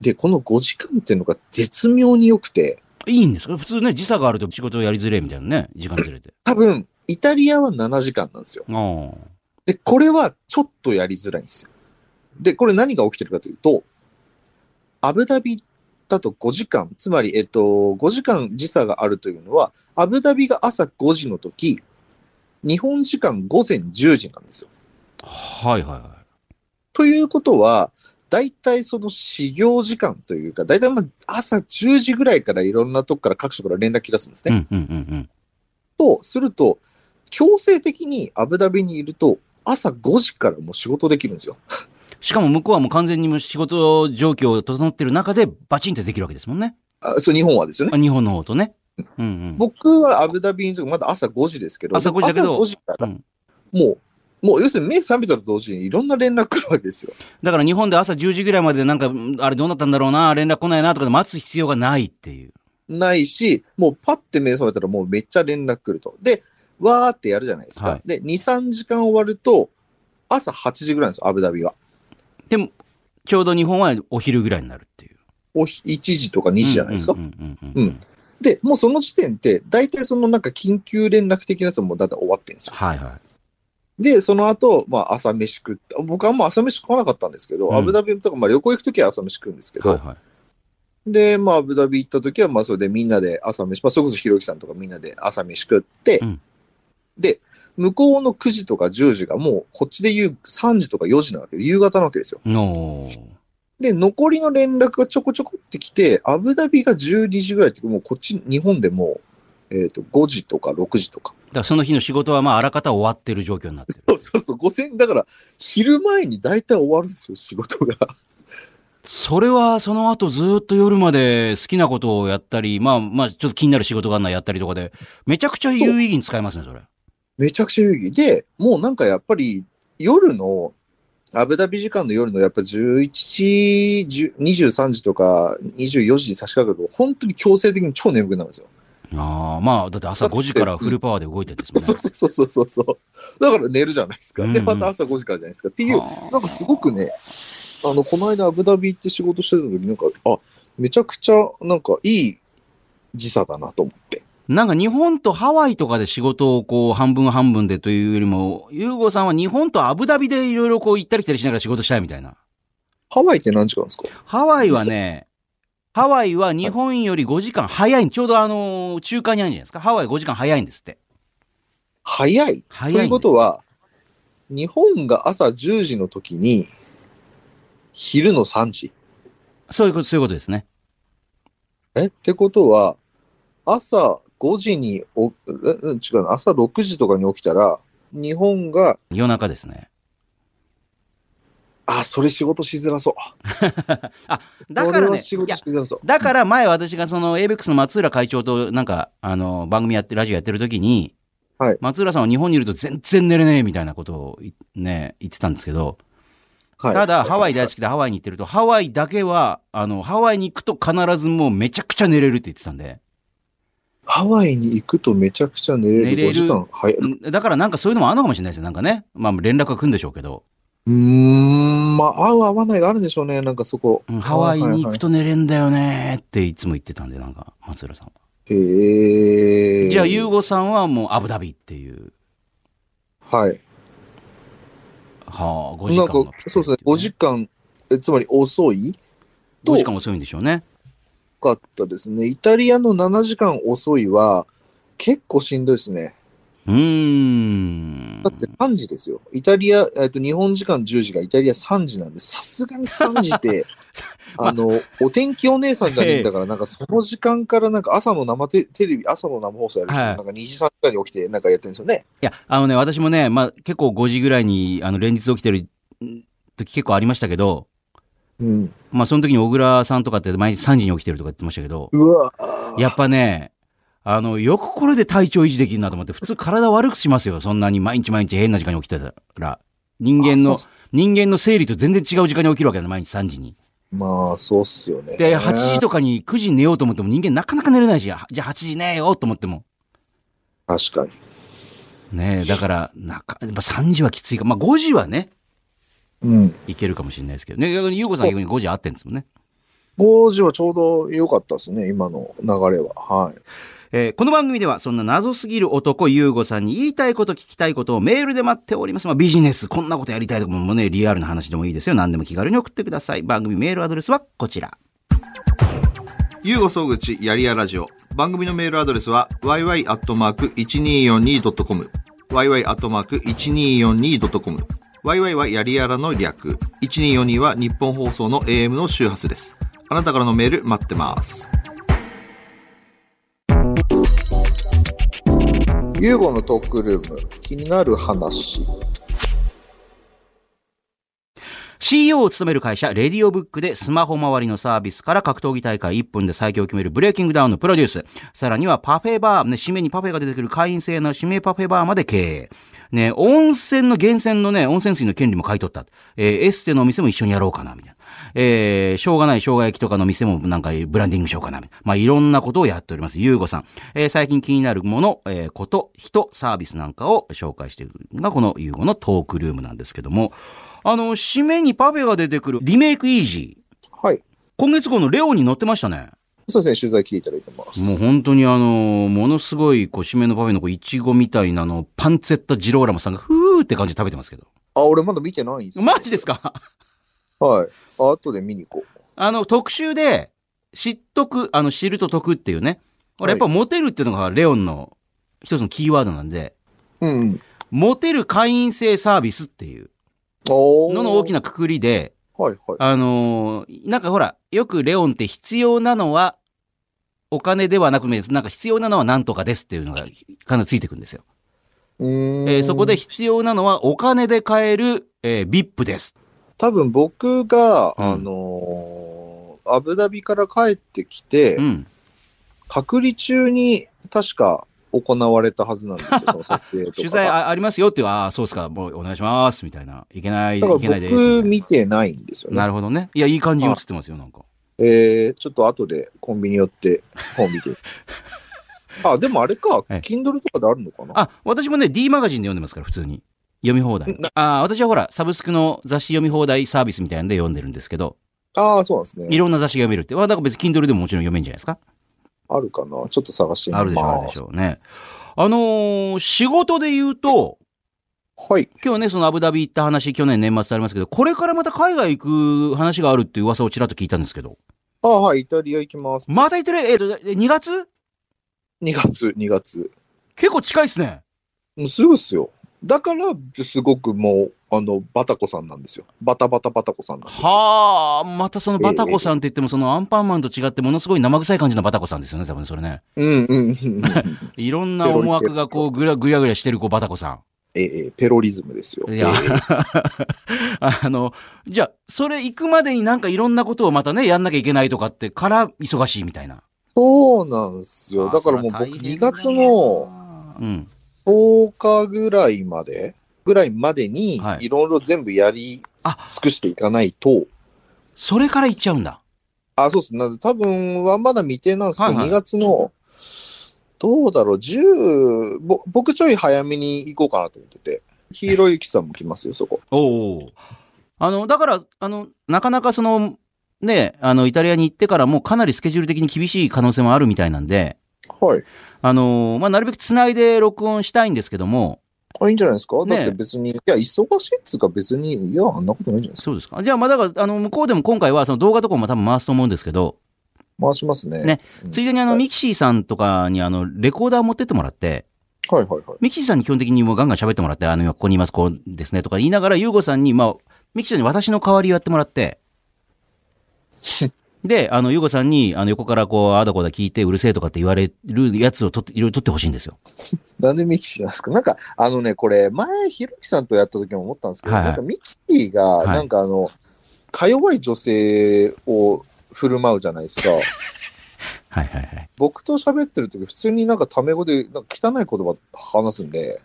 Speaker 2: で、この5時間っていうのが絶妙に良くて、
Speaker 1: い。いいんですか普通ね、時差があると仕事をやりづれえみたいなね、時間ずれて。
Speaker 2: 多分、イタリアは7時間なんですよ。
Speaker 1: ああ。
Speaker 2: で、これはちょっとやりづらいんですよ。で、これ何が起きてるかというと、アブダビだと5時間、つまり、えっと、5時間時差があるというのは、アブダビが朝5時の時、日本時間午前10時なんですよ。
Speaker 1: はいはいは
Speaker 2: ということは、大体その始業時間というか、大体まあ朝10時ぐらいからいろんなとこから各所から連絡来出すんです
Speaker 1: い。
Speaker 2: ね。
Speaker 1: うんうんうん
Speaker 2: とすると、強制的にアブダビにいると、朝5時からもう仕事できるんですよ。
Speaker 1: うん。しかも向こうはもう完全にもう仕事状況を整ってる中でバチンってできるわけですもんね。
Speaker 2: あそう日本はですよね。
Speaker 1: あ日本の方とね。うんうん。
Speaker 2: 僕はアブダビにいるとまだ朝5時ですけど、
Speaker 1: 朝5時だけど
Speaker 2: 朝5時か
Speaker 1: う
Speaker 2: ら
Speaker 1: ん、
Speaker 2: もう、もう要するに目覚めたと同時にいろんな連絡来るわけですよ。
Speaker 1: だから日本で朝10時ぐらいまでなんか、うんあれどうなったんだろうな、連絡来ないなとかで待つ必要がないっていう。
Speaker 2: ないし、もうパッて目覚めたらもうめっちゃ連絡来ると。で、わーってやるじゃないですか。
Speaker 1: はい
Speaker 2: で、2、3時間終わると、朝8時ぐらいなんですよ、アブダビは。
Speaker 1: でも、ちょうど日本はお昼ぐらいになるっていう。
Speaker 2: おひ1時とか2時じゃないですか。
Speaker 1: うんうんうんうんう
Speaker 2: うんん。で、もうその時点って、大体そのなんか緊急連絡的なやつはもうだって終わってんですよ。
Speaker 1: はいはい。
Speaker 2: で、その後、まあ朝飯食って、僕はもう朝飯食わなかったんですけど、
Speaker 1: うん
Speaker 2: アブダビとか、まあ旅行行くときは朝飯食うんですけど、
Speaker 1: はいはい。
Speaker 2: で、まあ、アブダビ行った時は、まあ、それでみんなで朝飯、まあ、それこそひろゆきさんとかみんなで朝飯食って、
Speaker 1: うん
Speaker 2: で、向こうの9時とか10時がもう、こっちで言う3時とか4時なわけで、夕方なわけですよ。
Speaker 1: の
Speaker 2: で、残りの連絡がちょこちょこってきて、アブダビが12時ぐらいって、もうこっち、日本でもう、えっ、と、5時とか6時とか。
Speaker 1: だからその日の仕事はまああらかた終わってる状況になってる。
Speaker 2: そうそうそう、5000、だから、昼前に大体終わるんですよ、仕事が。
Speaker 1: それはその後ずーっと夜まで好きなことをやったり、まあまあちょっと気になる仕事があんなやったりとかで、めちゃくちゃ有意義に使えますね、それ。
Speaker 2: めちゃくちゃ有意義で、もうなんかやっぱり夜の、アブダビ時間の夜のやっぱ11時、10 23時とか24時に差し掛かると、本当に強制的に超眠くなるんですよ。
Speaker 1: ああ、まあだって朝5時からフルパワーで動いてるんですもんね。
Speaker 2: そうそうそうそうそう。だから寝るじゃないですか。
Speaker 1: うんう
Speaker 2: で、
Speaker 1: ん
Speaker 2: また朝5時からじゃないですか。っていう、
Speaker 1: はあ
Speaker 2: なんかすごくね、あの、この間アブダビ行って仕事してた時になんか、あ、めちゃくちゃなんかいい時差だなと思って。
Speaker 1: なんか日本とハワイとかで仕事をこう半分半分でというよりも、ユーゴさんは日本とアブダビでいろいろこう行ったり来たりしながら仕事したいみたいな。
Speaker 2: ハワイって何時間ですか
Speaker 1: ハワイはね、ハワイは日本より5時間早い。ちょうどあのー中間にあるんじゃないですか。ハワイ5時間早いんですって。
Speaker 2: 早い
Speaker 1: 早いん
Speaker 2: と
Speaker 1: です
Speaker 2: いうことは、日本が朝10時の時に、昼の3時。
Speaker 1: そういうこと、そういうことですね。
Speaker 2: えってことは、朝5時にお、えうん違うな、朝6時とかに起きたら、日本が、
Speaker 1: 夜中ですね。
Speaker 2: あ、それ仕事しづら そう。
Speaker 1: だから
Speaker 2: それは
Speaker 1: ね、
Speaker 2: 仕事
Speaker 1: いや
Speaker 2: しづらそう。
Speaker 1: だから前私がその ABEX の松浦会長となんか、あのー番組やって、ラジオやってる時に、
Speaker 2: はい
Speaker 1: 松浦さんは日本にいると全然寝れねえみたいなことをいね、言ってたんですけど、
Speaker 2: はい
Speaker 1: ただ、ハワイ大好きでハワイに行ってると、ハワイだけは、あの、ハワイに行くと必ずもうめちゃくちゃ寝れるって言ってたんで、
Speaker 2: ハワイに行くとめちゃくちゃ寝れる。
Speaker 1: 寝れる
Speaker 2: 5時間早い。うん
Speaker 1: だからなんかそういうのもあるのかもしれないですよ、なんかね。まあ連絡が来るんでしょうけど、
Speaker 2: ーん、まあ、合う合わないがあるんでしょうね、なんかそこ。
Speaker 1: うんハワイに行
Speaker 2: はいはいは
Speaker 1: く
Speaker 2: い
Speaker 1: と寝れんだよねっていつも言ってたんで、なんか、松浦さんは。
Speaker 2: へえ。
Speaker 1: じゃあ、ユーゴさんはもうアブダビっていう、
Speaker 2: はい。
Speaker 1: はあ、5時間
Speaker 2: なん
Speaker 1: が
Speaker 2: か
Speaker 1: ぴったりっていね、、
Speaker 2: そうですね、5時間、えつまり遅いと
Speaker 1: 5時間遅いんでしょうね。
Speaker 2: かったですね。イタリアの7時間遅いは、結構しんどいですね。
Speaker 1: うーん
Speaker 2: だ。って3時ですよ。イタリア、えっと、日本時間10時がイタリア3時なんで、さすがに3時で、
Speaker 1: まあ
Speaker 2: あの、お天気お姉さんじゃねえんだから、なんかその時間からなんか朝の生テテレビ、朝の生放送やる人、
Speaker 1: はい
Speaker 2: なんか2時3時間に起きてなんかやってるんですよね。
Speaker 1: いや、あのね、私もね、まあ、結構5時ぐらいに、あの、連日起きてるん時結構ありましたけど、
Speaker 2: うん。
Speaker 1: まあ、その時に小倉さんとかって毎日3時に起きてるとか言ってましたけど、
Speaker 2: うわ
Speaker 1: やっぱね、あの、よくこれで体調維持できるなと思って、普通体悪くしますよ。そんなに毎日毎日変な時間に起きてたら。人間の
Speaker 2: あ、そ
Speaker 1: 人間の生理と全然違う時間に起きるわけだね、毎日3時に。
Speaker 2: まあ、そうっすよね。
Speaker 1: で、8時とかに9時に寝ようと思っても人間なかなか寝れないし、あじゃあ8時寝ようと思っても。
Speaker 2: 確かに。
Speaker 1: ねえ、だから、なか、やっぱ3時はきついか。まあ5時はね、
Speaker 2: うん。
Speaker 1: いけるかもしれないですけどね。逆に、ゆうこさん逆に5時合ってんですもんね。
Speaker 2: 5時はちょうど良かったですね、今の流れは。はい。
Speaker 1: えーこの番組では、そんな謎すぎる男、ゆうごさんに言いたいこと聞きたいことをメールで待っております。まあ、ビジネス、こんなことやりたいとかもね、リアルな話でもいいですよ。何でも気軽に送ってください。番組メールアドレスはこちら。
Speaker 3: ゆうご総口やりやラジオ。番組のメールアドレスは yy.1242.com。yy.1242.com。yy はやりやらの略。1242は日本放送の AM の周波数です。あなたからのメール待ってます。
Speaker 2: ユーゴのトークルーム、気になる話。
Speaker 1: CEO を務める会社、レディオブックでスマホ周りのサービスから格闘技大会1分で最強を決めるブレイキングダウンのプロデュース。さらにはパフェバー、ね、締めにパフェが出てくる会員制の締めパフェバーまで経営。ね、温泉の源泉のね、温泉水の権利も買い取った。えーエステのお店も一緒にやろうかな、みたいな。えー、しょうがない生姜焼きとかの店もなんかブランディングしようかな、みたいなまあ、いろんなことをやっております。ゆうごさん。えー最近気になるもの、えーこと、人、サービスなんかを紹介していくのが、このゆうごのトークルームなんですけども、あの、締めにパフェが出てくるリメイクイージー。
Speaker 2: はい。
Speaker 1: 今月号のレオンに載ってましたね。
Speaker 2: そうですね、取材聞いていただいてます。
Speaker 1: もう本当にあの、ものすごい、こう、締めのパフェのこう、いちごみたいなの、パンツェッタジローラモさんが、ふーって感じで食べてますけど。
Speaker 2: あ、俺まだ見てないんですよ
Speaker 1: マジですか
Speaker 2: はい。あ後で見に行こ
Speaker 1: あの、特集で、知っとく、あの、知ると得っていうね。俺やっぱモテるっていうのがレオンの一つのキーワードなんで、
Speaker 2: う。うんうん。
Speaker 1: モテる会員制サービスっていう
Speaker 2: おー
Speaker 1: のの大きなくくりで、
Speaker 2: はいはい。
Speaker 1: あのーなんかほら、よくレオンって必要なのは、お金ではなくね、なんか必要なのはなんとかですっていうのが、かなりついてくるんですよ。
Speaker 2: うーん
Speaker 1: えーそこで必要なのはお金で買える、えー、VIP です。
Speaker 2: 多分僕が、
Speaker 1: うん
Speaker 2: あのーアブダビから帰ってきて、
Speaker 1: うん。
Speaker 2: 隔離中に確か行われたはずなんですよ、その撮影とかが。
Speaker 1: 取材あありますよっていう、ああ、そうですか、もうお願いします、みたいな。いけない、い
Speaker 2: だから
Speaker 1: けないですみたい
Speaker 2: 僕
Speaker 1: な。
Speaker 2: 見てないんですよ
Speaker 1: な
Speaker 2: ね。
Speaker 1: るほどね。いや、いい感じに映ってますよ、なんか。
Speaker 2: えー、ちょっと後でコンビニ寄って本 見て。あ、でもあれか、
Speaker 1: い
Speaker 2: Kindle とかであるのかな
Speaker 1: あ、私もね、D マガジンで読んでますから、普通に。読み放題。ああ、私はほら、サブスクの雑誌読み放題サービスみたいなんで読んでるんですけど、
Speaker 2: ああ、そうなんですね
Speaker 1: い。ろんな雑誌が読めるって。まあ、だから別に Kindle でももちろん読めんじゃないですか。
Speaker 2: あるかなちょっと探してみます。
Speaker 1: あるでしょう、あるでしょうね。あのー仕事で言うと、
Speaker 2: はい。
Speaker 1: 今日ね、そのアブダビ行った話、去年年末ありますけど、これからまた海外行く話があるっていう噂をちらっと聞いたんですけど、
Speaker 2: ああ、はい、イタリア行きます。
Speaker 1: また行ってる、えっ、と、2月
Speaker 2: 2月、2月。
Speaker 1: 結構近いっすね。
Speaker 2: もうすぐっすよ。だから、すごくもう、あの、バタコさんなんですよ。バタバタバタコさんなんですよ。
Speaker 1: はあ、またそのバタコさんって言っても、そのアンパンマンと違ってものすごい生臭い感じのバタコさんですよね、多分それね。
Speaker 2: うんうん うん。
Speaker 1: いろんな思惑がこう、ぐらぐやぐやしてる、こう、バタコさ
Speaker 2: ええペロリズムですよ。
Speaker 1: ん。いや
Speaker 2: ええ、
Speaker 1: あの、じゃあ、それ行くまでになんかいろんなことをまたね、やんなきゃいけないとかってから忙しいみたいな。
Speaker 2: そうなんですよ。
Speaker 1: あ
Speaker 2: だからもう
Speaker 1: そ
Speaker 2: 僕
Speaker 1: れは大変だね
Speaker 2: 2月の
Speaker 1: うん。
Speaker 2: 10日ぐらいまで、ぐらいまでに
Speaker 1: は、い
Speaker 2: いろいろ全部やり
Speaker 1: あ
Speaker 2: 尽くしていかないと、
Speaker 1: それから行っちゃうんだ。
Speaker 2: あ、そうっす。なんで多分はまだ未定なんですけど、
Speaker 1: はいはい
Speaker 2: 2月の、どうだろう、10、ぼ僕ちょい早めに行こうかなと思ってて、ヒーローゆきさんも来ますよ、そこ。
Speaker 1: おお。あの、だから、あの、なかなかその、ね、あの、イタリアに行ってからもうかなりスケジュール的に厳しい可能性もあるみたいなんで、
Speaker 2: はい。
Speaker 1: あの、まあ、なるべく繋いで録音したいんですけども、
Speaker 2: あ、いいんじゃないですか、
Speaker 1: ね
Speaker 2: だって別に、いや、忙しいっつうか別に、いや、あんなことないんじゃないですか
Speaker 1: そうですか。じゃあ、まあ、だから、あの、向こうでも今回はその動画とかも多分回すと思うんですけど、
Speaker 2: 回しますね。
Speaker 1: ね
Speaker 2: うん
Speaker 1: ついでにあの、
Speaker 2: はい
Speaker 1: ミキシーさんとかにあの、レコーダー持ってってもらって、
Speaker 2: はいはいはい。
Speaker 1: ミキシーさんに基本的にもうガンガン喋ってもらって、あの、今ここにいます、こうですね、とか言いながら、ユーゴさんに、まあ、ミキシーさんに私の代わりをやってもらって、で、あの、ゆうこさんに、あの、横からこう、あだこだ聞いて、うるせえとかって言われるやつをとって、いろいろ取ってほしいんですよ。
Speaker 2: なんでミキシーなんですかなんか、あのね、これ、前、ひろきさんとやった時も思ったんですけど、
Speaker 1: はいはい
Speaker 2: なんかミキティが、
Speaker 1: い
Speaker 2: なんかあの、か弱い女性を振る舞うじゃな いですか。
Speaker 1: はいはいはい。
Speaker 2: 僕と喋ってる時、普通になんかタメ語で、なんか汚い言葉話すんで、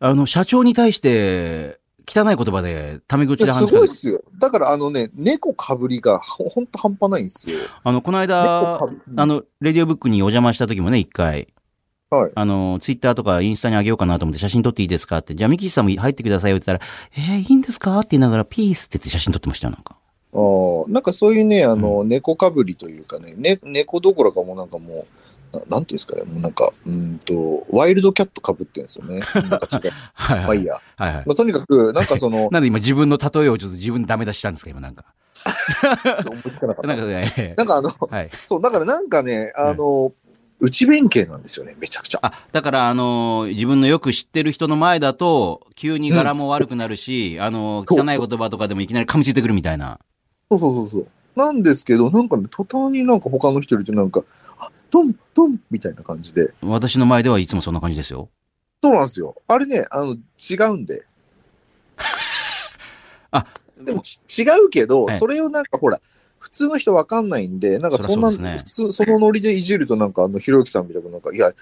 Speaker 1: あの、社長に対して、汚い言葉で、タメ口で話
Speaker 2: す
Speaker 1: しか
Speaker 2: ごい
Speaker 1: け
Speaker 2: っすよ。だからあのね、猫かぶりがほほんと半端ないんですよ。
Speaker 1: あの、この
Speaker 2: 猫
Speaker 1: 間
Speaker 2: か、ぶり。
Speaker 1: あの、レディオブックにお邪魔した時もね、一回。
Speaker 2: はい
Speaker 1: あの、ツイッターとかインスタにあげようかなと思って写真撮っていいですかって。じゃあ、ミキシさんも入ってくださいよって言ったら、えー、いいんですかって言いながら、ピースって言って写真撮ってましたよ、なんか。
Speaker 2: あーなんかそういうね、あの、猫かぶりというかね、ね、猫どころかもうなんかもう、ななんていうんですかね、もうなんか、うーんと、ワイルドキャットかぶってるんですよね。なんか違う。
Speaker 1: はい
Speaker 2: まあ
Speaker 1: はい
Speaker 2: い
Speaker 1: い。
Speaker 2: や。
Speaker 1: はいはい、
Speaker 2: ま。あ、とにかく、なんかその
Speaker 1: なんで今自分の例えをちょっと自分でダメ出ししたんですか、今なん か。
Speaker 2: 思いつ かなかっ
Speaker 1: なん
Speaker 2: た。
Speaker 1: かね、
Speaker 2: なんかあの、
Speaker 1: はい。
Speaker 2: そう、だからなんかね、あの、内弁慶なんですよね、めちゃくちゃ。
Speaker 1: あ、だから、あのー自分のよく知ってる人の前だと、急に柄も悪くなるし、あのー
Speaker 2: そう
Speaker 1: 汚い言葉とかでもいきなり噛みついてくるみたいな。
Speaker 2: そうそうそうそう。なんですけど、なんかね、途端になんか他の人よりとなんか、あ、ドン、ドンみたいな感じで。
Speaker 1: 私の前ではいつもそんな感じですよ。
Speaker 2: そうなんですよ。あれね、あの、違うんで。
Speaker 1: あ
Speaker 2: でもち違うけど
Speaker 1: ええ、
Speaker 2: それをなんかほら、普通の人わかんないんで、なんかそんな、
Speaker 1: そりゃそうですね
Speaker 2: 普通そのノリでいじるとなんか、あの、ひろゆきさんみたいな、なんか、いや、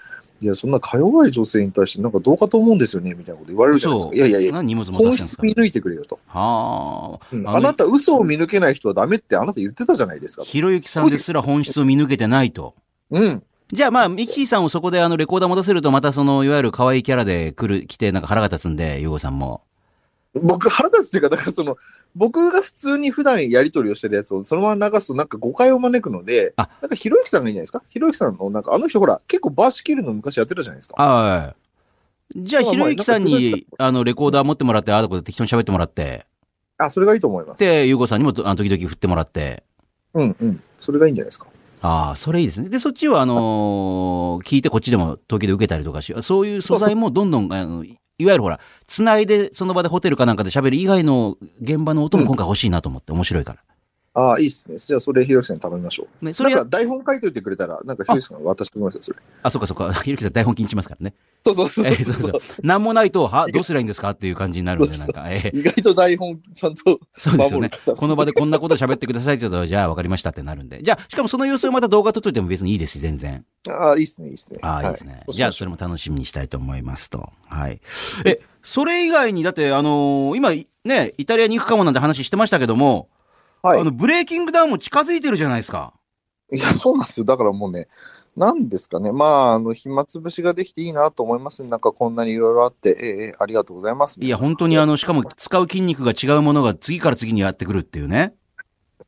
Speaker 2: いや、そんなか弱い女性に対して、なんかどうかと思うんですよね、みたいなこと言われるじゃないです
Speaker 1: そ
Speaker 2: か。
Speaker 1: う。
Speaker 2: いやいやいや、
Speaker 1: 何荷物持た
Speaker 2: 本
Speaker 1: せ
Speaker 2: 質
Speaker 1: てるん
Speaker 2: 見
Speaker 1: ですか
Speaker 2: 抜いてくれよと。
Speaker 1: はあ。
Speaker 2: うん
Speaker 1: あの
Speaker 2: あなた嘘を見抜けない人はダメってあなた言ってたじゃないですか。
Speaker 1: ひろゆきさんですら本質を見抜けてないと。
Speaker 2: うん。
Speaker 1: じゃあまあ、ミキシーさんをそこであの、レコーダー持たせると、またその、いわゆる可愛いキャラで来る、来て、なんか腹が立つんで、ゆうごさんも。
Speaker 2: 僕腹立つっていうか、だからその、僕が普通に普段やり取りをしてるやつをそのまま流すとなんか誤解を招くので、な
Speaker 1: あ
Speaker 2: んかひろゆきさんがいいんじゃないですかひろゆきさんの、なんかあの人ほら、結構バーシキルの昔やってたじゃないですか。
Speaker 1: はい。じゃあ、
Speaker 2: まあ
Speaker 1: ひろゆきさん
Speaker 2: まあなんか
Speaker 1: に、あの、レコーダー持ってもらって、ああだこで適当に喋ってもらって、
Speaker 2: あ、それがいいと思います。
Speaker 1: で、ゆうごさんにもと、あの、時々振ってもらって、
Speaker 2: うんうん。それがいいんじゃないですか。
Speaker 1: ああ、それいいですね。で、そっちは、あのー聞いてこっちでも時々受けたりとかし、そういう素材もどんどん、あの、いいわゆるほら、つないで、その場でホテルかなんかで喋る以外の現場の音も今回欲しいなと思って、面白いから。
Speaker 2: ああ、いいっすね。じゃあそれひろゆきさんに頼みましょ
Speaker 1: ね、
Speaker 2: う。
Speaker 1: そ
Speaker 2: なん
Speaker 1: れ
Speaker 2: か
Speaker 1: や、
Speaker 2: 台本書いといてくれたら、なんかひろゆきさんが渡してくれますよ、それ。
Speaker 1: あ、そうかそうか、ひろゆきさん台本禁止しますからね。
Speaker 2: そうそうそう
Speaker 1: えー、そう
Speaker 2: そ
Speaker 1: そうう。。なんもないと、は、どうすりゃいいんですかっていう感じになるんで、なんか、えー
Speaker 2: 意外と台本ちゃんと
Speaker 1: そうですよ
Speaker 2: 守
Speaker 1: ね
Speaker 2: る。方。
Speaker 1: この場でこんなこと喋ってくださいって言うと、じゃあ分かりましたってなるんで。じゃあ、しかもその様子をまた動画撮っといても別にいいですし、全然。
Speaker 2: ああ、いいっすね、いいっすね。
Speaker 1: ああ、いいです
Speaker 2: は
Speaker 1: ね。
Speaker 2: い
Speaker 1: じゃあ、それも楽しみにしたいと思いますと。はい。え、それ以外に、だって、あのー今、いね、イタリアに行くかもなんて話してましたけども、
Speaker 2: はい
Speaker 1: あの、ブレイキングダウンも近づいてるじゃないですか。
Speaker 2: いや、そうなんですよ。だからもうね、なんですかね。まあ、あの、暇つぶしができていいなと思いますね。なんかこんなにいろいろあって、ええええありがとうございます。
Speaker 1: いや、本当にあの、しかも使う筋肉が違うものが次から次にやってくるっていうね。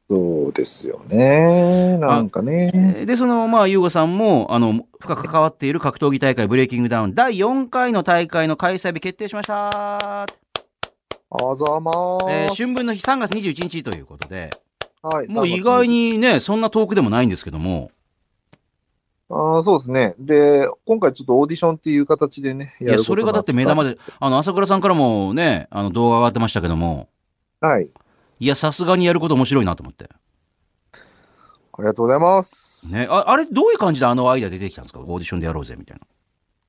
Speaker 2: そうですよね。なんかね。
Speaker 1: で、その、まあ、ゆうごさんも、あの、深く関わっている格闘技大会ブレイキングダウン第4回の大会の開催日決定しました。
Speaker 2: あざま
Speaker 1: えー
Speaker 2: ーす。
Speaker 1: 春分の日3月21日ということで、
Speaker 2: はい。
Speaker 1: もう
Speaker 2: 3
Speaker 1: 意外
Speaker 2: 月22。
Speaker 1: にね、そんな遠くでもないんですけども、
Speaker 2: ああ、そうですね。で、今回ちょっとオーディションっていう形でね、
Speaker 1: い
Speaker 2: る
Speaker 1: や、
Speaker 2: こと
Speaker 1: それがだって目玉で、あの、朝倉さんからもね、あの、動画上がってましたけども、
Speaker 2: はい。
Speaker 1: いや、さすがにやること面白いなと思って。
Speaker 2: ありがとうございます。
Speaker 1: ね、ああれ、どういう感じであのアイデア出てきたんですかオーディションでやろうぜ、みたいな。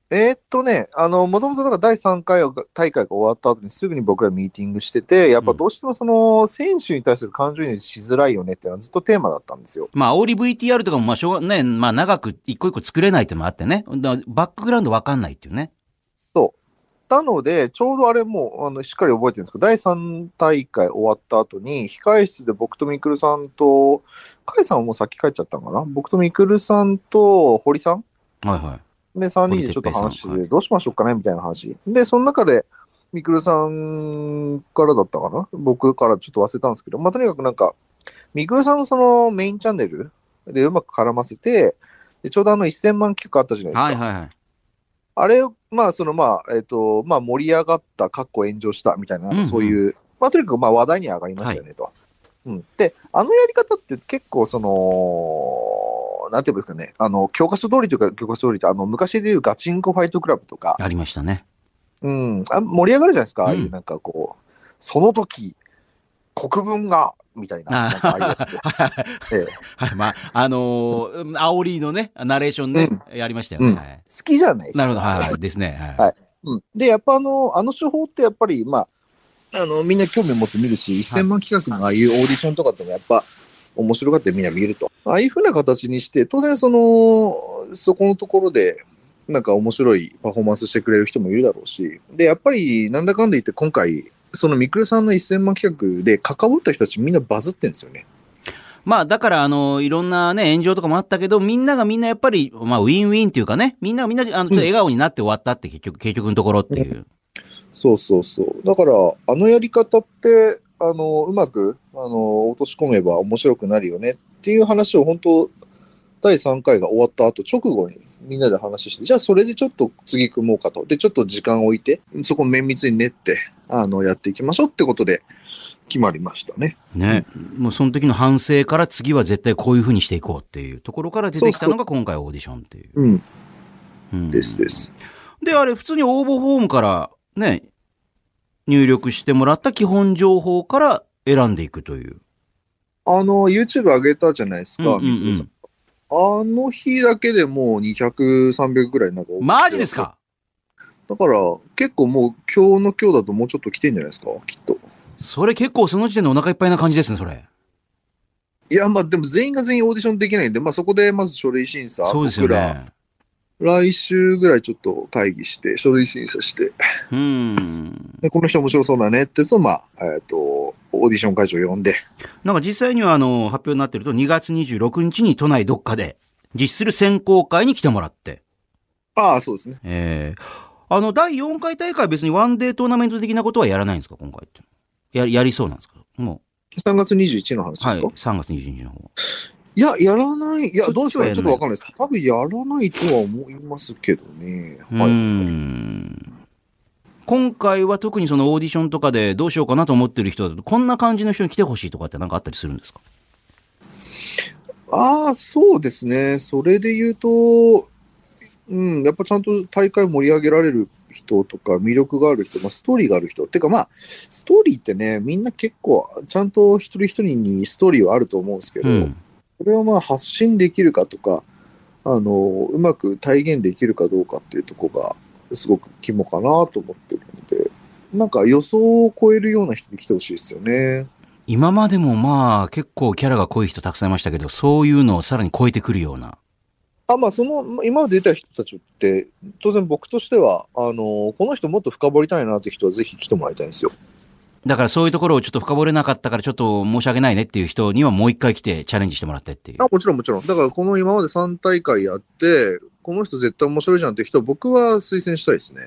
Speaker 2: えーっとね、あの、もともとだから第3回を大会が終わった後にすぐに僕らミーティングしてて、やっぱどうしてもその、選手に対する感情移入しづらいよねっていうのはずっとテーマだったんですよ。
Speaker 1: まあ、煽り VTR とかも、まあ、しょうがね、まあ、長く一個一個作れないってのもあってね、だからバックグラウンドわかんないっていうね。
Speaker 2: なので、ちょうどあれもうあのしっかり覚えてるんですけど、第3大会終わった後に、控室で僕とみくるさんと、甲斐さんはもう先帰っちゃったのかな僕とみくるさんと堀さん
Speaker 1: はいはい。
Speaker 2: で、3人でちょっと話
Speaker 1: 森哲平さん
Speaker 2: して、どうしましょうかねみたいな話。で、その中で、みくるさんからだったかな僕からちょっと忘れたんですけど、まあ、とにかくなんか、みくるさんのそのメインチャンネルでうまく絡ませて、でちょうどあの1000万企画あったじゃないですか。
Speaker 1: はいはいはい。
Speaker 2: あれを、まあ、その、まあ、えっ、と、まあ、盛り上がった、かっこ炎上した、みたいな、なんかそういう、まあ、とにかく、まあ、話題には上がりましたよね、と。うん。で、あのやり方って結構、その、なんていうんですかね、あの、教科書通りというか、教科書通りって、あの、昔でいうガチンコファイトクラブとか、
Speaker 1: ありましたね。
Speaker 2: うん、あ盛り上がるじゃないですか、ああい
Speaker 1: うん
Speaker 2: う、なんかこう、その時、国軍が、みたいな。
Speaker 1: あ
Speaker 2: なんかああいうやつでええ
Speaker 1: はい、まあ、あのー、煽りのね、ナレーションね、やりましたよね。
Speaker 2: うん
Speaker 1: はい、
Speaker 2: 好きじゃないですか
Speaker 1: なるほど、はいはい、ですね。は
Speaker 2: はいうん、で、やっぱあの、あの手法ってやっぱり、まあ、あの、みんな興味を持って見るし、1000万企画のああいうオーディションとかってもやっぱ面白がってみんな見ると。ああいうふうな形にして、当然その、そこのところで、なんか面白いパフォーマンスしてくれる人もいるだろうし、で、やっぱりなんだかんだ言って今回、そのミクルさんの1000万企画で関わった人たちみんなバズってんですよね。
Speaker 1: い、まあ、だから、あのー、いろんなね、炎上とかもあったけど、みんながみんなやっぱり、まあ、ウィンウィンっていうかね、みんながみんな、あの、ちょっと笑顔になって終わったって、結局、結局のところっていう。
Speaker 2: そうそうそう。だから、あのやり方って、あの、うまく、あの、落とし込めば面白くなるよねっていう話を本当、第3回が終わった後、直後にみんなで話して、じゃあそれでちょっと次組もうかと。で、ちょっと時間を置いて、そこ綿密に練って、あの、やっていきましょうってことで決まりましたね。
Speaker 1: ね。もう、その時の反省から次は絶対こういうふうにしていこうっていうところから出てきたのが今回オーディションっていう。
Speaker 2: うん。
Speaker 1: うん
Speaker 2: ですです。
Speaker 1: で、あれ、普通に応募フォームからね、入力してもらった基本情報から選んでいくという。
Speaker 2: あの、YouTube 上げたじゃないですか、
Speaker 1: うんうんうん
Speaker 2: みくるさんあの日だけでもう200、300ぐらいなんか多くて
Speaker 1: マジですか
Speaker 2: だから、結構もう今日の今日だともうちょっと来てんじゃないですか、きっと。
Speaker 1: それ結構その時点でお腹いっぱいな感じですね、それ。
Speaker 2: いや、まあでも全員が全員オーディションできないんで、まあそこでまず書類審査、
Speaker 1: そうですよ
Speaker 2: 僕ら、
Speaker 1: ね。
Speaker 2: 来週ぐらいちょっと会議して、書類審査して、
Speaker 1: うん。
Speaker 2: でこの人面白そうだねってやつを、まあ、えっ、と、オーディション会場呼んで、
Speaker 1: なんか実際にはあの、発表になってると2月26日に都内どっかで実施する選考会に来てもらって。
Speaker 2: ああ、そうですね。
Speaker 1: ええあの、第4回大会は別にワンデートーナメント的なことはやらないんですか、今回って。や、やりそうなんですかも
Speaker 2: 3月21日の話
Speaker 1: う、
Speaker 2: で
Speaker 1: はい。
Speaker 2: すか、い、
Speaker 1: 3月22日の方。
Speaker 2: や、やらない。いや、どうしようかな
Speaker 1: そ
Speaker 2: ち
Speaker 1: っちは
Speaker 2: ょっと
Speaker 1: や
Speaker 2: わ
Speaker 1: ら
Speaker 2: かんないです。多分やらないとは思いますけどね。
Speaker 1: う
Speaker 2: はい。
Speaker 1: ん今回は特にそのオーディションとかでどうしようかなと思ってる人だと、こんな感じの人に来てほしいとかってなんかあったりするんですか
Speaker 2: ああ、そうですね。それで言うと、うん、やっぱちゃんと大会盛り上げられる人とか、魅力がある人、まあ、ストーリーがある人。てかまあ、ストーリーってね、みんな結構、ちゃんと一人一人にストーリーはあると思うんですけど、
Speaker 1: うん。
Speaker 2: それをまあ発信できるかとか、あの、うまく体現できるかどうかっていうとこが、すごく肝かなと思ってるので、なんか予想を超えるような人に来てほしいですよね。
Speaker 1: 今までもまあ結構キャラが濃い人たくさんいましたけど、そういうのをさらに超えてくるような。
Speaker 2: あまあ、その、今まで出た人たちって、当然僕としては、あの、この人もっと深掘りたいなって人はぜひ来てもらいたいんですよ。
Speaker 1: だからそういうところをちょっと深掘れなかったからちょっと申し訳ないねっていう人にはもう一回来てチャレンジしてもらってっていう
Speaker 2: あ、。もちろんもちろん。だからこの今まで3大会やって、この人絶対面白いじゃんって人は僕は推薦したいですね。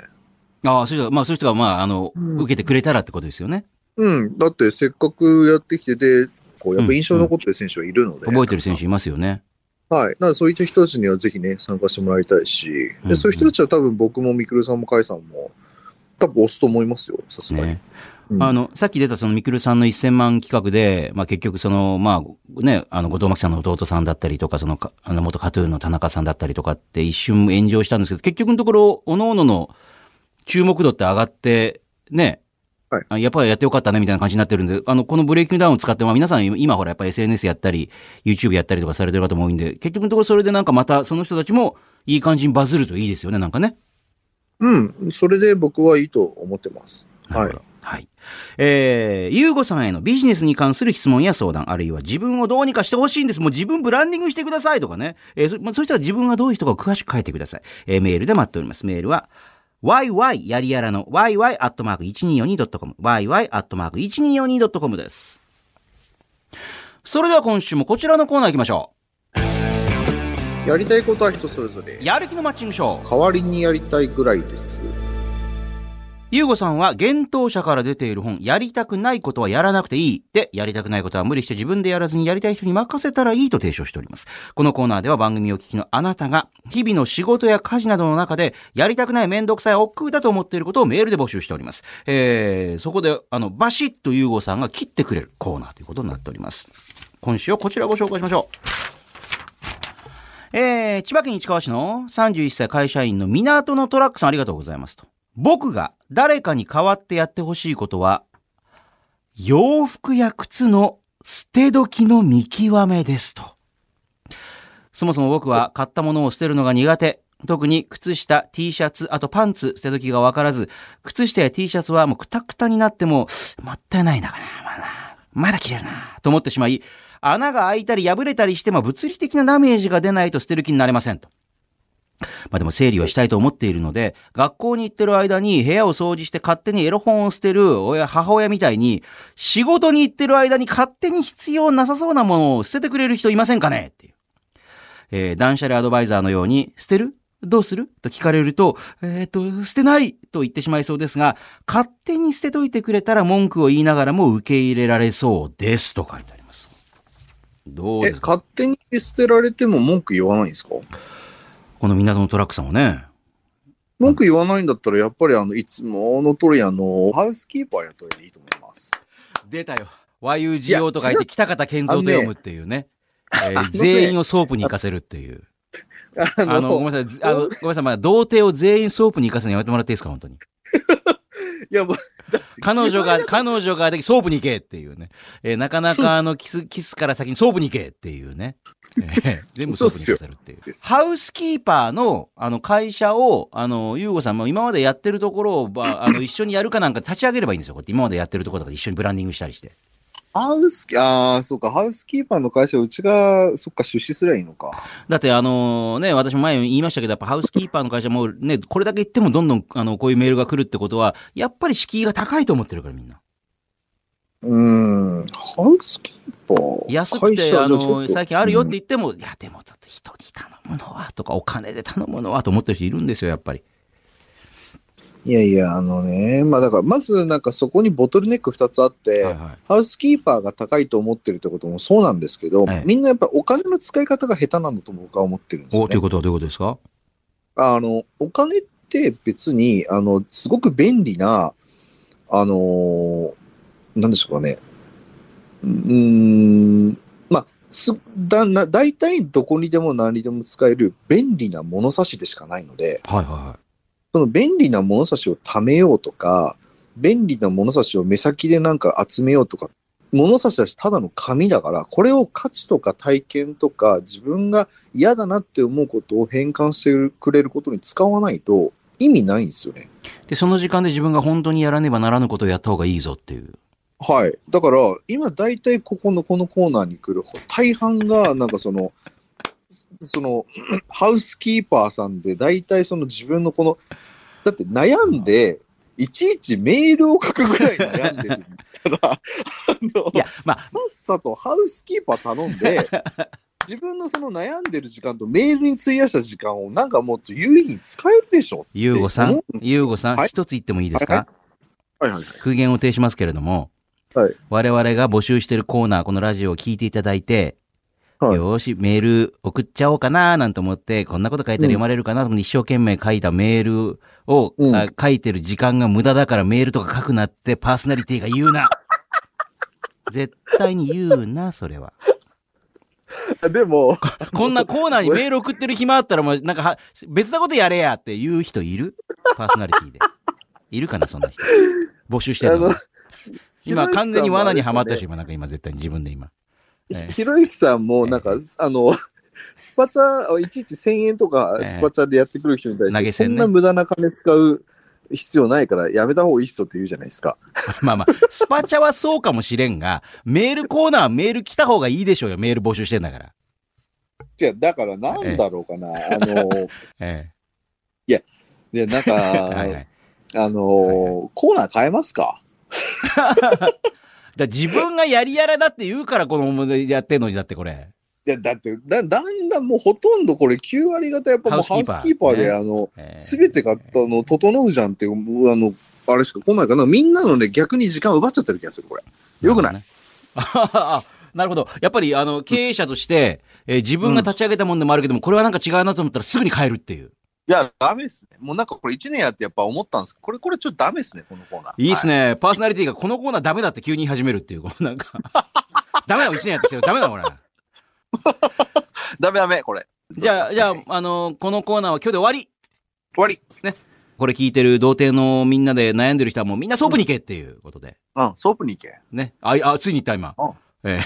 Speaker 1: ああ、そういう人が、まあそういう人がまああの、
Speaker 2: うん
Speaker 1: 受けてくれたらってことですよね。
Speaker 2: うん。だってせっかくやってきてて、こう、やっぱ印象残ってる選手はいるので。
Speaker 1: 覚えてる選手いますよね。
Speaker 2: はい。なのでそういった人たちにはぜひね、参加してもらいたいし、
Speaker 1: うんう
Speaker 2: で
Speaker 1: ん
Speaker 2: そういう人たちは多分僕もみくるさんもかいさんも、多分押すと思いますよ、さすがに。
Speaker 1: ね。
Speaker 2: うん
Speaker 1: あの、さっき出たそのみくるさんの1000万企画で、まあ結局その、まあね、あの、後藤真希さんの弟さんだったりとか、そのか、あの、元カトゥーンの田中さんだったりとかって一瞬炎上したんですけど、結局のところ、各々の注目度って上がって、ね、
Speaker 2: はい
Speaker 1: あやっぱりやってよかったねみたいな感じになってるんで、あの、このブレイキングダウンを使って、まあ皆さん今ほらやっぱり SNS やったり、YouTube やったりとかされてる方も多いんで、結局のところそれでなんかまたその人たちもいい感じにバズるといいですよね、なんかね。
Speaker 2: うん。それで僕はいいと思ってます。
Speaker 1: な
Speaker 2: は
Speaker 1: る
Speaker 2: い
Speaker 1: ほ。ど。はい。えー、ゆうごさんへのビジネスに関する質問や相談、あるいは自分をどうにかしてほしいんです。もう自分ブランディングしてくださいとかね。えーそ、まあ、そしたら自分がどういう人かを詳しく書いてください。えー、メールで待っております。メールは、yy やりやらの yy.1242.com、yy.1242.com です。それでは今週もこちらのコーナー行きましょ
Speaker 2: やりたいことは人それぞれ
Speaker 1: う。。やる気のマッチングショー。
Speaker 2: 代わりにやりたいぐらいです。
Speaker 1: ゆうごさんは、幻冬者から出ている本、やりたくないことはやらなくていい。で、やりたくないことは無理して自分でやらずにやりたい人に任せたらいいと提唱しております。このコーナーでは番組を聞きのあなたが、日々の仕事や家事などの中で、やりたくないめんどくさい億劫だと思っていることをメールで募集しております。えー、そこで、あの、バシッとゆうごさんが切ってくれるコーナーということになっております。今週はこちらをご紹介しましょう。えー、千葉県市川市の31歳会社員の港のトラックさんありがとうございますと。僕が誰かに代わってやってほしいことは、洋服や靴の捨て時の見極めですと。そもそも僕は買ったものを捨てるのが苦手。特に靴下、T シャツ、あとパンツ、捨て時がわからず、靴下や T シャツはもうくたくたになっても、もったいないな、まだな、まだ着れるな、と思ってしまい、穴が開いたり破れたりしても物理的なダメージが出ないと捨てる気になれませんと。まあでも整理はしたいと思っているので、学校に行ってる間に部屋を掃除して勝手にエロ本を捨てる親、母親みたいに、仕事に行ってる間に勝手に必要なさそうなものを捨ててくれる人いませんかねっていう。えー断捨離アドバイザーのように、捨てるどうすると聞かれると、えーっ、と、捨てないと言ってしまいそうですが、勝手に捨てといてくれたら文句を言いながらも受け入れられそうですと書いてあります。どう
Speaker 2: え
Speaker 1: です、か
Speaker 2: 勝手に捨てられても文句言わないんですか
Speaker 1: この港のトラックさんはね。
Speaker 2: 文句言わないんだったら、やっぱりあの、いつもの通りあの、ハウスキーパー雇いでいいと思います。
Speaker 1: 出たよ。YUGO と書いて、北方健三と読むっていうね。えー
Speaker 2: あのね
Speaker 1: 全員をソープに行かせるっていう。
Speaker 2: あの、
Speaker 1: あの、ごめんなさい。ずあの、ごめんなさい。まだ童貞を全員ソープに行かせるのやめてもらっていいですか、本 当に。
Speaker 2: いや、まあだって
Speaker 1: 彼女
Speaker 2: 言わ
Speaker 1: が、
Speaker 2: れた
Speaker 1: 彼女ができ、ソープに行けっていうね。えーなかなかあの、キス、キスから先にソープに行けっていうね。えー 全部ソープに行かせるっていう
Speaker 2: そうっす。よ
Speaker 1: ハウスキーパーの、あの、会社を、あの、ゆうごさんも今までやってるところを、ばあの、一緒にやるかなんか立ち上げればいいんですよ。こうやって今までやってるところとかで一緒にブランディングしたりして。
Speaker 2: ハウスキー、ああ、そうか、ハウスキーパーの会社、うちが、そっか、出資すりゃいいのか。
Speaker 1: だってあのね、私も前に言いましたけど、やっぱハウスキーパーの会社もね、これだけ言ってもどんどんあの、こういうメールが来るってことは、やっぱり敷居が高いと思ってるからみんな。
Speaker 2: うーん、ハウスキーパー。
Speaker 1: 安く
Speaker 2: 会
Speaker 1: て、
Speaker 2: 社
Speaker 1: あの、最近あるよって
Speaker 2: うん
Speaker 1: 言っても、いやでもだって人に頼むのはとか、お金で頼むのはと思ってる人いるんですよ、やっぱり。
Speaker 2: いやいや、あのね、まあだから、まずなんかそこにボトルネック2つあって、
Speaker 1: はいはい。
Speaker 2: ハウスキーパーが高いと思ってるってこともそうなんですけど、
Speaker 1: はい
Speaker 2: みんなやっぱお金の使い方が下手なんだと僕は思ってるんです
Speaker 1: お、
Speaker 2: よ、
Speaker 1: とい
Speaker 2: ね
Speaker 1: う。ことはどういうことですか
Speaker 2: あの、お金って別に、あの、すごく便利な、あのーなんでしょうかね。うーん、まあ、す、だ、な、大体どこにでも何にでも使える便利な物差しでしかないので、
Speaker 1: はいはいはい。
Speaker 2: その便利な物差しを貯めようとか、便利な物差しを目先でなんか集めようとか、物差しだしただの紙だから、これを価値とか体験とか、自分が嫌だなって思うことを変換してくれることに使わないと意味ないんですよね。
Speaker 1: で、その時間で自分が本当にやらねばならぬことをやった方がいいぞっていう。
Speaker 2: はい。だから、今大体ここのこのコーナーに来る大半が、なんかその、その、 ハウスキーパーさんで大体その自分のこの、だって悩んで、いちいちメールを書くぐらい悩ん でるんだったら、あの
Speaker 1: い、や、まあ、
Speaker 2: さっさとハウスキーパー頼んで、自分のその悩んでる時間とメールに費やした時間をなんかもっと有意義に使えるでしょ。
Speaker 1: ゆうごさん
Speaker 2: 思う、ん
Speaker 1: ゆうごさん、
Speaker 2: はい
Speaker 1: 一つ言ってもいいです
Speaker 2: はい
Speaker 1: か
Speaker 2: はいはい。
Speaker 1: 苦言を呈しますけれども、
Speaker 2: はい
Speaker 1: 我々が募集しているコーナー、このラジオを聞いていただいて、
Speaker 2: はい
Speaker 1: よーし、メール送っちゃおうかななんて思って、こんなこと書いたら読まれるかなと思って一生懸命書いたメールを、
Speaker 2: うん
Speaker 1: あ書いてる時間が無駄だからメールとか書くなってパーソナリティが言うな。絶対に言うな、それは。
Speaker 2: でも、
Speaker 1: こんなコーナーにメール送ってる暇あったら、もうなんかは、別なことやれやって言う人いるパーソナリティで。いるかな、そんな人。募集してるの
Speaker 2: あの。
Speaker 1: 今、
Speaker 2: ひろゆきさんも
Speaker 1: 完全に罠にはまった
Speaker 2: あれです
Speaker 1: し、今、なんか今、絶対に自分で今。ええ
Speaker 2: ひろゆきさんも、なん
Speaker 1: え
Speaker 2: か
Speaker 1: え、
Speaker 2: あの、 スパチャをいちいち1000円とか
Speaker 1: ええ
Speaker 2: スパチャでやってくる人に対
Speaker 1: 投げ
Speaker 2: して、そ
Speaker 1: 銭ね
Speaker 2: んな無駄な金使う必要ないからやめた方がいいっすよって言うじゃないですか。
Speaker 1: まあまあ、スパチャはそうかもしれんが、メールコーナーはメール来た方がいいでしょうよ、メール募集してんだから。
Speaker 2: じゃだからなんだろうかな。あの、
Speaker 1: え
Speaker 2: いや、な
Speaker 1: え。
Speaker 2: ん
Speaker 1: はいは
Speaker 2: か、
Speaker 1: い。
Speaker 2: あの
Speaker 1: はい、
Speaker 2: コーナー変えますか
Speaker 1: だ自分がやりやらだって言うから、この問題やってんのに、だってこれ。
Speaker 2: いや、だって、だだんだんもうほとんどこれ9割方やっぱもう
Speaker 1: ハ
Speaker 2: ハ
Speaker 1: ウ
Speaker 2: ウ
Speaker 1: ス
Speaker 2: ス
Speaker 1: キーパー
Speaker 2: キーパー
Speaker 1: ね
Speaker 2: で、あの、
Speaker 1: ええ
Speaker 2: すべてが、あの、整うじゃんって、もうあの、あれしか来ないかな。みんなのね、逆に時間奪っちゃってる気がする、これ。よくない
Speaker 1: い なるほど。やっぱり、あの、経営者として、えー自分が立ち上げたもんでもあるけども、これはなんか違うなと思ったらすぐに変えるっていう。
Speaker 2: いや、ダメですね。もうなんかこれ1年やってやっぱ思ったんですけど、これ、これちょっとダメですね、このコーナー。
Speaker 1: いいっす
Speaker 2: ね。
Speaker 1: ね。パーソナリティがこのコーナーダメだって急に言い始めるっていう、こ うなんか。ダメだ、一年やってきてる。ダメ だ、これ。
Speaker 2: ダメダメ、これ。
Speaker 1: じゃあ、じゃあ
Speaker 2: 終、
Speaker 1: あのこのコーナーは今日で終わり
Speaker 2: わり。
Speaker 1: これ聞いてる童貞のみんなで悩んでる人はもうみんなソープに行けっていうことで。
Speaker 2: うん、ソープに行け。
Speaker 1: ね。あ、あ、ついに行った、今
Speaker 2: うん。
Speaker 1: え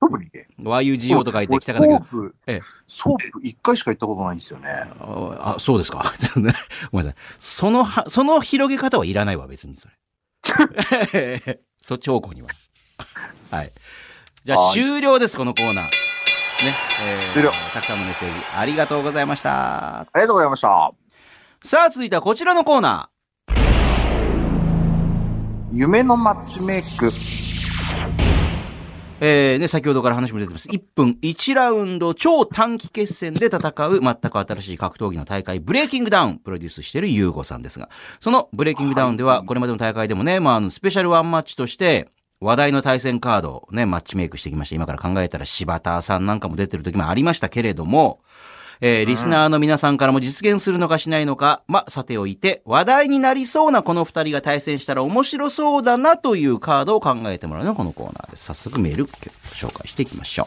Speaker 2: 特にね。
Speaker 1: え YUGO と書いて北方
Speaker 2: 俺
Speaker 1: だけ
Speaker 2: ソー
Speaker 1: ど。
Speaker 2: プ、
Speaker 1: ええ
Speaker 2: ソープ一回しか行ったことないんですよね。
Speaker 1: あ、あそうですか。 ごめんなさい。そのは、その広げ方はいらないわ、別にそれ。 そっち方向には。はい。じゃあ
Speaker 2: はい
Speaker 1: 終了です、このコーナー。ね。えー
Speaker 2: 終了
Speaker 1: たくさんのメッセージありがとうございました。
Speaker 2: ありがとうございました。
Speaker 1: さあ、続いてはこちらのコーナ
Speaker 2: 夢のマッチメイク。
Speaker 1: ー。えー、ね、先ほどから話も出てます。1分1ラウンド超短期決戦で戦う全く新しい格闘技の大会、ブレイキングダウン、プロデュースしているユーゴさんですが、そのブレイキングダウンでは、これまでの大会でもね、まあ、あの、スペシャルワンマッチとして、話題の対戦カードをね、マッチメイクしてきました。今から考えたら柴田さんなんかも出てる時もありましたけれども、えーリスナーの皆さんからも実現するのかしないのか、まあ、さておいて、話題になりそうなこの二人が対戦したら面白そうだなというカードを考えてもらうのがこのコーナーです。早速メール紹介していきましょう。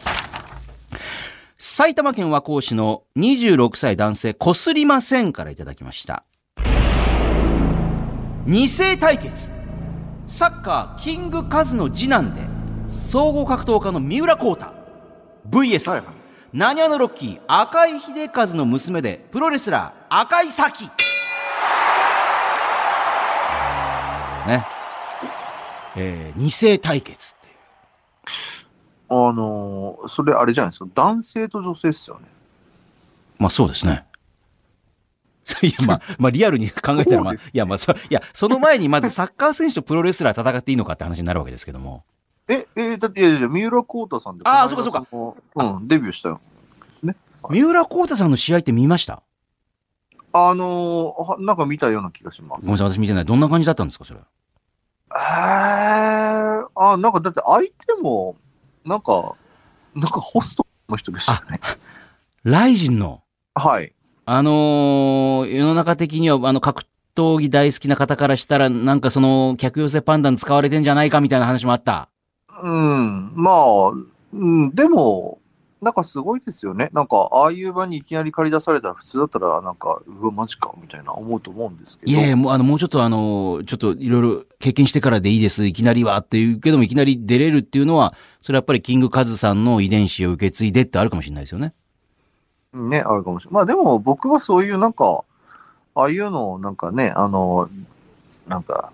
Speaker 1: 埼玉県和光市の26歳男性こすりませんからいただきました。二世対決サッカーキングカズの次男で総合格闘家の三浦航太 VS、
Speaker 2: はいはい
Speaker 1: ナニャのロッキー赤井秀和の娘でプロレスラー赤井咲ねえー二世対決っていう
Speaker 2: あのーそれあれじゃないですか。男性と女性っすよね。
Speaker 1: まあそうですね。いや、まあ、まあ、リアルに考えたら、まあ、いや、まあ、そ、いや、その前にまずサッカー選手とプロレスラー戦っていいのかって話になるわけですけども。
Speaker 2: え、え、だって、いやいやいや、三浦光太さんで。
Speaker 1: あー
Speaker 2: この間
Speaker 1: そうか
Speaker 2: そのうん、デビューしたよ。
Speaker 1: 三浦幸太さんの試合って見ました
Speaker 2: あのーはなんか見たような気がしま
Speaker 1: ご
Speaker 2: す。
Speaker 1: めんなさい、私見てない。どんな感じだったんですか、それ。
Speaker 2: えー、あ、なんかだって相手も、なんか、なんかホストの人でしたよね。
Speaker 1: ライジンの、
Speaker 2: はい。
Speaker 1: あのー世の中的には、あの、格闘技大好きな方からしたら、なんかその、客寄せパンダに使われてんじゃないかみたいな話もあった。
Speaker 2: うん、まあ、うん、でも、なんかすごいですよね。なんか、ああいう場にいきなり借り出されたら、普通だったら、なんか、うわ、マジか、みたいな思うと思うんですけ
Speaker 1: い
Speaker 2: ど。
Speaker 1: やいや、もう、あの、もうちょっとあの、ちょっといろいろ経験してからでいいです。いきなりはっていうけども、いきなり出れるっていうのは、それはやっぱりキングカズさんの遺伝子を受け継いでってあるかもしれないですよね。
Speaker 2: ね、あるかもしれない。まあでも僕はそういうなんか、ああいうのをなんかね、あの、なんか、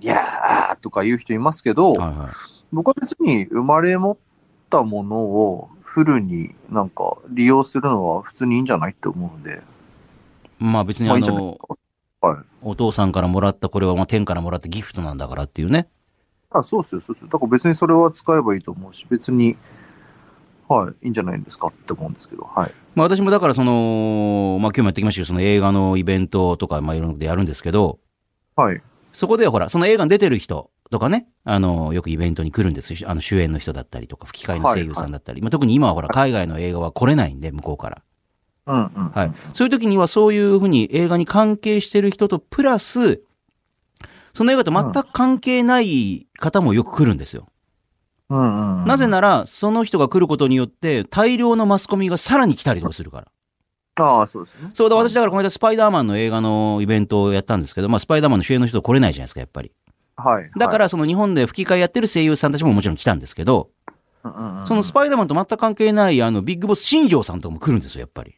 Speaker 2: いやーとか言う人いますけど、
Speaker 1: はいはい。
Speaker 2: 僕は別に生まれ持ったものをフルになんか利用するのは普通にいいんじゃないって思うんで。
Speaker 1: まあ別に
Speaker 2: まあ
Speaker 1: あ
Speaker 2: いいんじゃない
Speaker 1: の、
Speaker 2: はい。
Speaker 1: お父さんからもらった、これはまあ天からもらったギフトなんだからっていうね。
Speaker 2: あそうっすよ、そうっすよ。だから別にそれは使えばいいと思うし、別に、はい、いいんじゃないんですかって思うんですけど、はい。
Speaker 1: まあ私もだからその、まあ今日もやってきましたけど、その映画のイベントとか、まあいろんなことやるんですけど、
Speaker 2: はい。
Speaker 1: そこでほら、その映画に出てる人とかね、あの、よくイベントに来るんですよ。あの主演の人だったりとか、吹き替えの声優さんだったり。まあ特に今はほら、海外の映画は来れないんで、向こうから。
Speaker 2: うんうん、うん。
Speaker 1: はい。そういう時にはそういうふうに映画に関係してる人とプラス、その映画と全く関係ない方もよく来るんですよ。
Speaker 2: うんうん。
Speaker 1: なぜなら、その人が来ることによって、大量のマスコミがさらに来たりとかするから。
Speaker 2: ああ、そうですね。
Speaker 1: そうだ、私だからこの間スパイダーマンの映画のイベントをやったんですけど、まあスパイダーマンの主演の人来れないじゃないですか、やっぱり。
Speaker 2: はい。
Speaker 1: だからその日本で吹き替えやってる声優さんたちももちろん来たんですけど、
Speaker 2: はい、うんうんうん
Speaker 1: そのスパイダーマンと全く関係ない、あの、ビッグボス新庄さんとかも来るんですよ、やっぱり。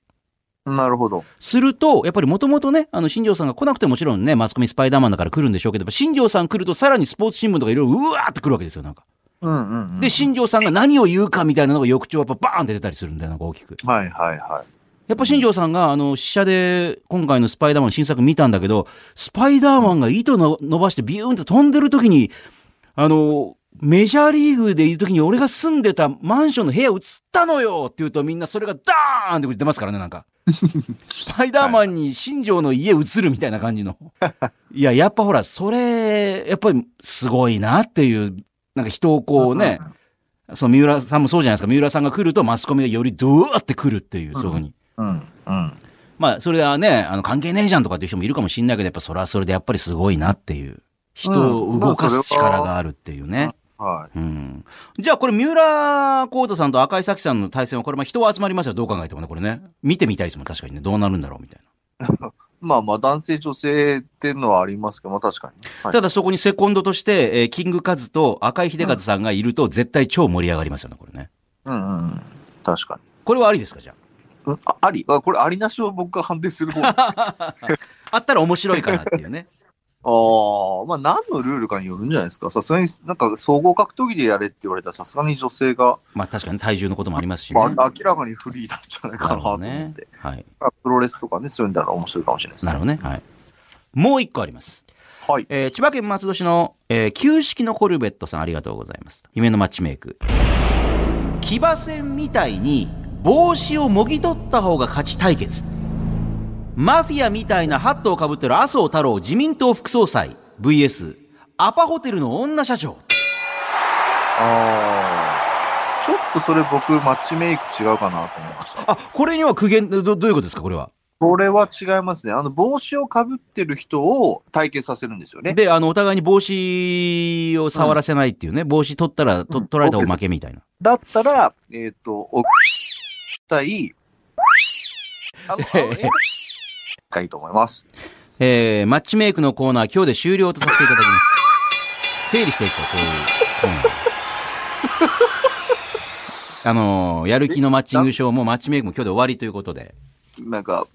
Speaker 2: なるほど。
Speaker 1: すると、やっぱりもともとね、あの、新庄さんが来なくてももちろんね、マスコミスパイダーマンだから来るんでしょうけど、やっぱ新庄さん来るとさらにスポーツ新聞とかいろいろうわーって来るわけですよ、なんか。
Speaker 2: うんうん、うん。
Speaker 1: で、新庄さんが何を言うかみたいなのが翌朝やっぱバーンって出たりするんだよ、なんか大きく。
Speaker 2: はいはいはい。
Speaker 1: やっぱ新庄さんが、あの、試写で今回のスパイダーマンの新作見たんだけど、スパイダーマンが糸の伸ばしてビューンと飛んでる時に、あの、メジャーリーグでいう時に俺が住んでたマンションの部屋映ったのよって言うとみんなそれがダーンって出ますからね、なん か。スパイダーマンに新庄の家映るみたいな感じ の。いや、やっぱほら、それ、やっぱりすごいなっていう、なんか人をこうね、その三浦さんもそうじゃないですか。三浦さんが来るとマスコミがよりドゥーって来るっていう、そこに。
Speaker 2: うんうん。
Speaker 1: まあ、それはね、あの、関係ねえじゃんとかっていう人もいるかもしんないけど、やっぱそれはそれでやっぱりすごいなっていう。人を動かす力があるっていうね。
Speaker 2: は
Speaker 1: うん。じゃあこれ、三浦幸太さんと赤井咲さんの対戦は、これ、まあ人は集まりますよ。どう考えてもね、これね。見てみたいですもん、確かにね。どうなるんだろう、みたい
Speaker 2: い。まあまあ、男性、女性っていうのはありますけど、まあ確かに。はい
Speaker 1: ただそこにセコンドとして、えーキングカズと赤井秀和さんがいると絶対超盛り上がりますよね、これね。
Speaker 2: うんうんうん。確か
Speaker 1: これはありですか、じゃ
Speaker 2: に。うん、あありあこれ、ありなしを僕が判定する方 あ
Speaker 1: あ。あったら面白いかなっていうね。
Speaker 2: あ、まあ何のルールかによるんじゃないですか。さすがに、なんか総合格闘技でやれって言われたら、さすがに女性が、
Speaker 1: まあ確かに体重のこともありますしね。
Speaker 2: まあ、明らかにフリーなんじゃないかなと思って。
Speaker 1: なるほどねはい。
Speaker 2: まあプロレスとかね、そういうのなら面白いかもしれないです
Speaker 1: な
Speaker 2: ね。
Speaker 1: るほどね。はい。もう一個あります。
Speaker 2: はい。
Speaker 1: えー千葉県松戸市の、えー旧式のコルベットさんありがとうございます。夢のマッチメイク。騎馬戦みたいに帽子をもぎ取った方が勝ち対決。マフィアみたいなハットをかぶってる麻生太郎自民党副総裁 VS アパホテルの女社長。
Speaker 2: ああ。ちょっとそれ僕、マッチメイク違うかなと思いました。
Speaker 1: あ、これには苦言、どどういうことですかこれは。
Speaker 2: これは違いますね。あの、帽子をかぶってる人を対決させるんですよね。
Speaker 1: で、あの、お互いに帽子を触らせないっていうね、帽子取ったら、と取られた方負けみたいな。
Speaker 2: だったら、えっ、と、お、対、あの、あ のがいいと思います。
Speaker 1: えー、マッチメイクのコーナー今日で終了とさせていただきます。整理していこう、こういうコーナー。 あのーやる気のマッチングショーもマッチメイクも今日で終わりということで。
Speaker 2: なんか、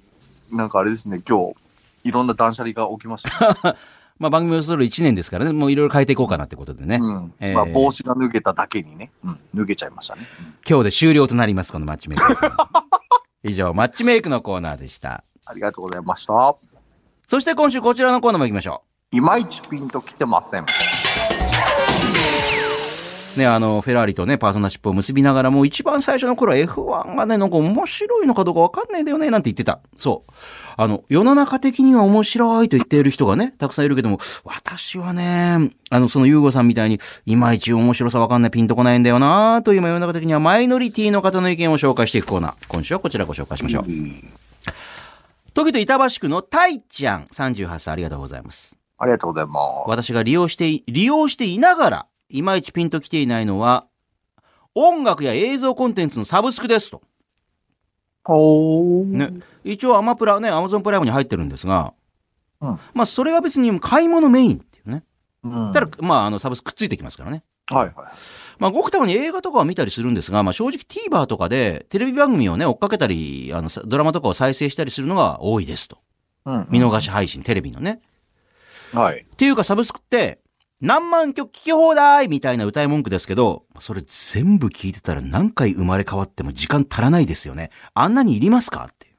Speaker 2: なんかあれですね、今日、いろんな断捨離が起き ましたね、
Speaker 1: まあ番組をする1年ですからね、もういろいろ変えていこうかなってことでね。
Speaker 2: うん。
Speaker 1: えー
Speaker 2: まあ、帽子が脱げただけにね、うん、脱げちゃいましたね。うん
Speaker 1: 今日で終了となります、このマッチメイク。 以上、マッチメイクのコーナーでした。
Speaker 2: ありがとうございました。
Speaker 1: そして今週こちらのコーナーも行きましょう。
Speaker 2: いまいちピンときてません。
Speaker 1: ね、あの、フェラーリとね、パートナーシップを結びながらも、一番最初の頃は F1 がね、なんか面白いのかどうかわかんないんだよね、なんて言ってた。そう。あの、世の中的には面白いと言っている人がね、たくさんいるけども、私はね、あの、そのユーゴさんみたいに、いまいち面白さわかんない、ピンとこないんだよなという、今世の中的にはマイノリティの方の意見を紹介していくコーナー。今週はこちらご紹介しましょう。東京都板橋区のたいちゃん、38歳、ありがとうございます。
Speaker 2: ありがとうございます。
Speaker 1: 私が利用してい、利用していながら、いまいちピンときていないのは、音楽や映像コンテンツのサブスクですと。
Speaker 2: おー
Speaker 1: ね。一応アマプラね、アマゾンプライムに入ってるんですが、
Speaker 2: うん
Speaker 1: まあそれは別に買い物メインっていうね。
Speaker 2: うん、
Speaker 1: ただ、まああのサブスクくっついてきますからね。
Speaker 2: はいはい。
Speaker 1: まあごくたまに映画とかは見たりするんですが、まあ正直 TVer とかでテレビ番組をね、追っかけたり、あのさドラマとかを再生したりするのが多いですと。
Speaker 2: うん
Speaker 1: 見逃し配信、テレビのね。
Speaker 2: はい。
Speaker 1: っていうかサブスクって、何万曲聴き放題みたいな歌い文句ですけど、それ全部聴いてたら何回生まれ変わっても時間足らないですよね。あんなにいりますかっていう。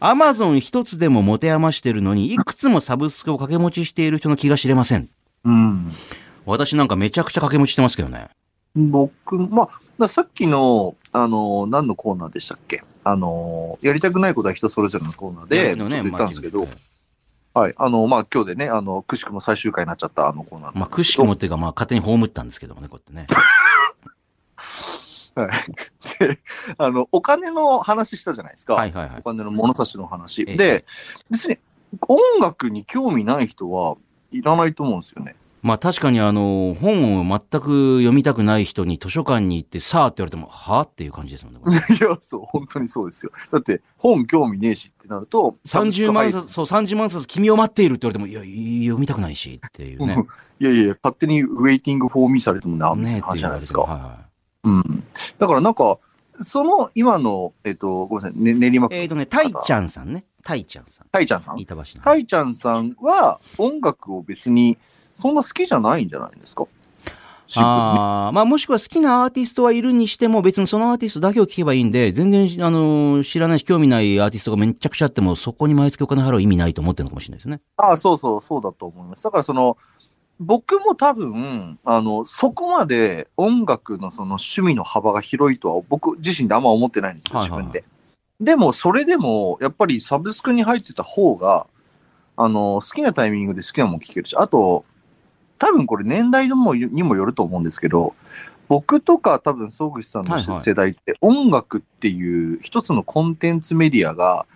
Speaker 1: アマゾン一つでも持て余してるのに、いくつもサブスクを掛け持ちしている人の気が知れません。
Speaker 2: うん。
Speaker 1: 私なんかめちゃくちゃ掛け持ちしてますけどね。
Speaker 2: 僕、まあ、ださっきの、あの、何のコーナーでしたっけあの、やりたくないことは人それぞれのコーナーで、ちょっと言ったんですけど、はい。あの、まあ、今日でね、あの、くしくも最終回になっちゃったあのコーナー
Speaker 1: まあ、
Speaker 2: なんで
Speaker 1: くし
Speaker 2: すけど。
Speaker 1: くもっていうか、まあ、勝手に葬ったんですけどもね、こうやってね。
Speaker 2: あの、お金の話したじゃないですか。
Speaker 1: はいはいは
Speaker 2: お
Speaker 1: い。
Speaker 2: 金の物差しの話。
Speaker 1: ええ
Speaker 2: で、別に、音楽に興味ない人はいらないと思うんですよね。
Speaker 1: まあ、確かにあの、本を全く読みたくない人に図書館に行って、さあって言われても、はあっていう感じですもんね。これ
Speaker 2: いや、そう、本当にそうですよ。だって、本興味ねえしってなると、
Speaker 1: 30万
Speaker 2: サブ
Speaker 1: 冊、
Speaker 2: ス
Speaker 1: そう、30万冊君を待っているって言われても、いや、いい読みたくないし、っていうね。
Speaker 2: ク入っていやいや、勝手にウェイティングフォーミーされてもな、みたい
Speaker 1: ね
Speaker 2: な話じゃないですか。
Speaker 1: はいは
Speaker 2: うん。だからなんか、その今の、えっと、ごめんなさい、ね、練馬
Speaker 1: い
Speaker 2: 区。
Speaker 1: えっ、とね、たいちゃんさんね。たいちゃんさん。
Speaker 2: タイちゃんさん
Speaker 1: 板橋の。
Speaker 2: タイちゃんさんは音楽を別にそんな好きじゃないんじゃないですかシンプルに
Speaker 1: ああ、まあもしくは好きなアーティストはいるにしても、別にそのアーティストだけを聞けばいいんで、全然、あのー知らないし、興味ないアーティストがめちゃくちゃあっても、そこに毎月お金払う意味ないと思ってるのかもしれないですね。
Speaker 2: ああ、そうそう、そうだと思います。だからその、僕も多分、あの、そこまで音楽のその趣味の幅が広いとは僕自身であんま思ってないんです
Speaker 1: は
Speaker 2: よ、
Speaker 1: い
Speaker 2: 自
Speaker 1: はいはい
Speaker 2: 分で。でも、それでも、やっぱりサブスクに入ってた方が、あの、好きなタイミングで好きなもん聴けるし、あと、多分これ年代でもにもよると思うんですけど、僕とか多分、総口さんの
Speaker 1: はいはい
Speaker 2: 世代って、音楽っていう一つのコンテンツメディアが、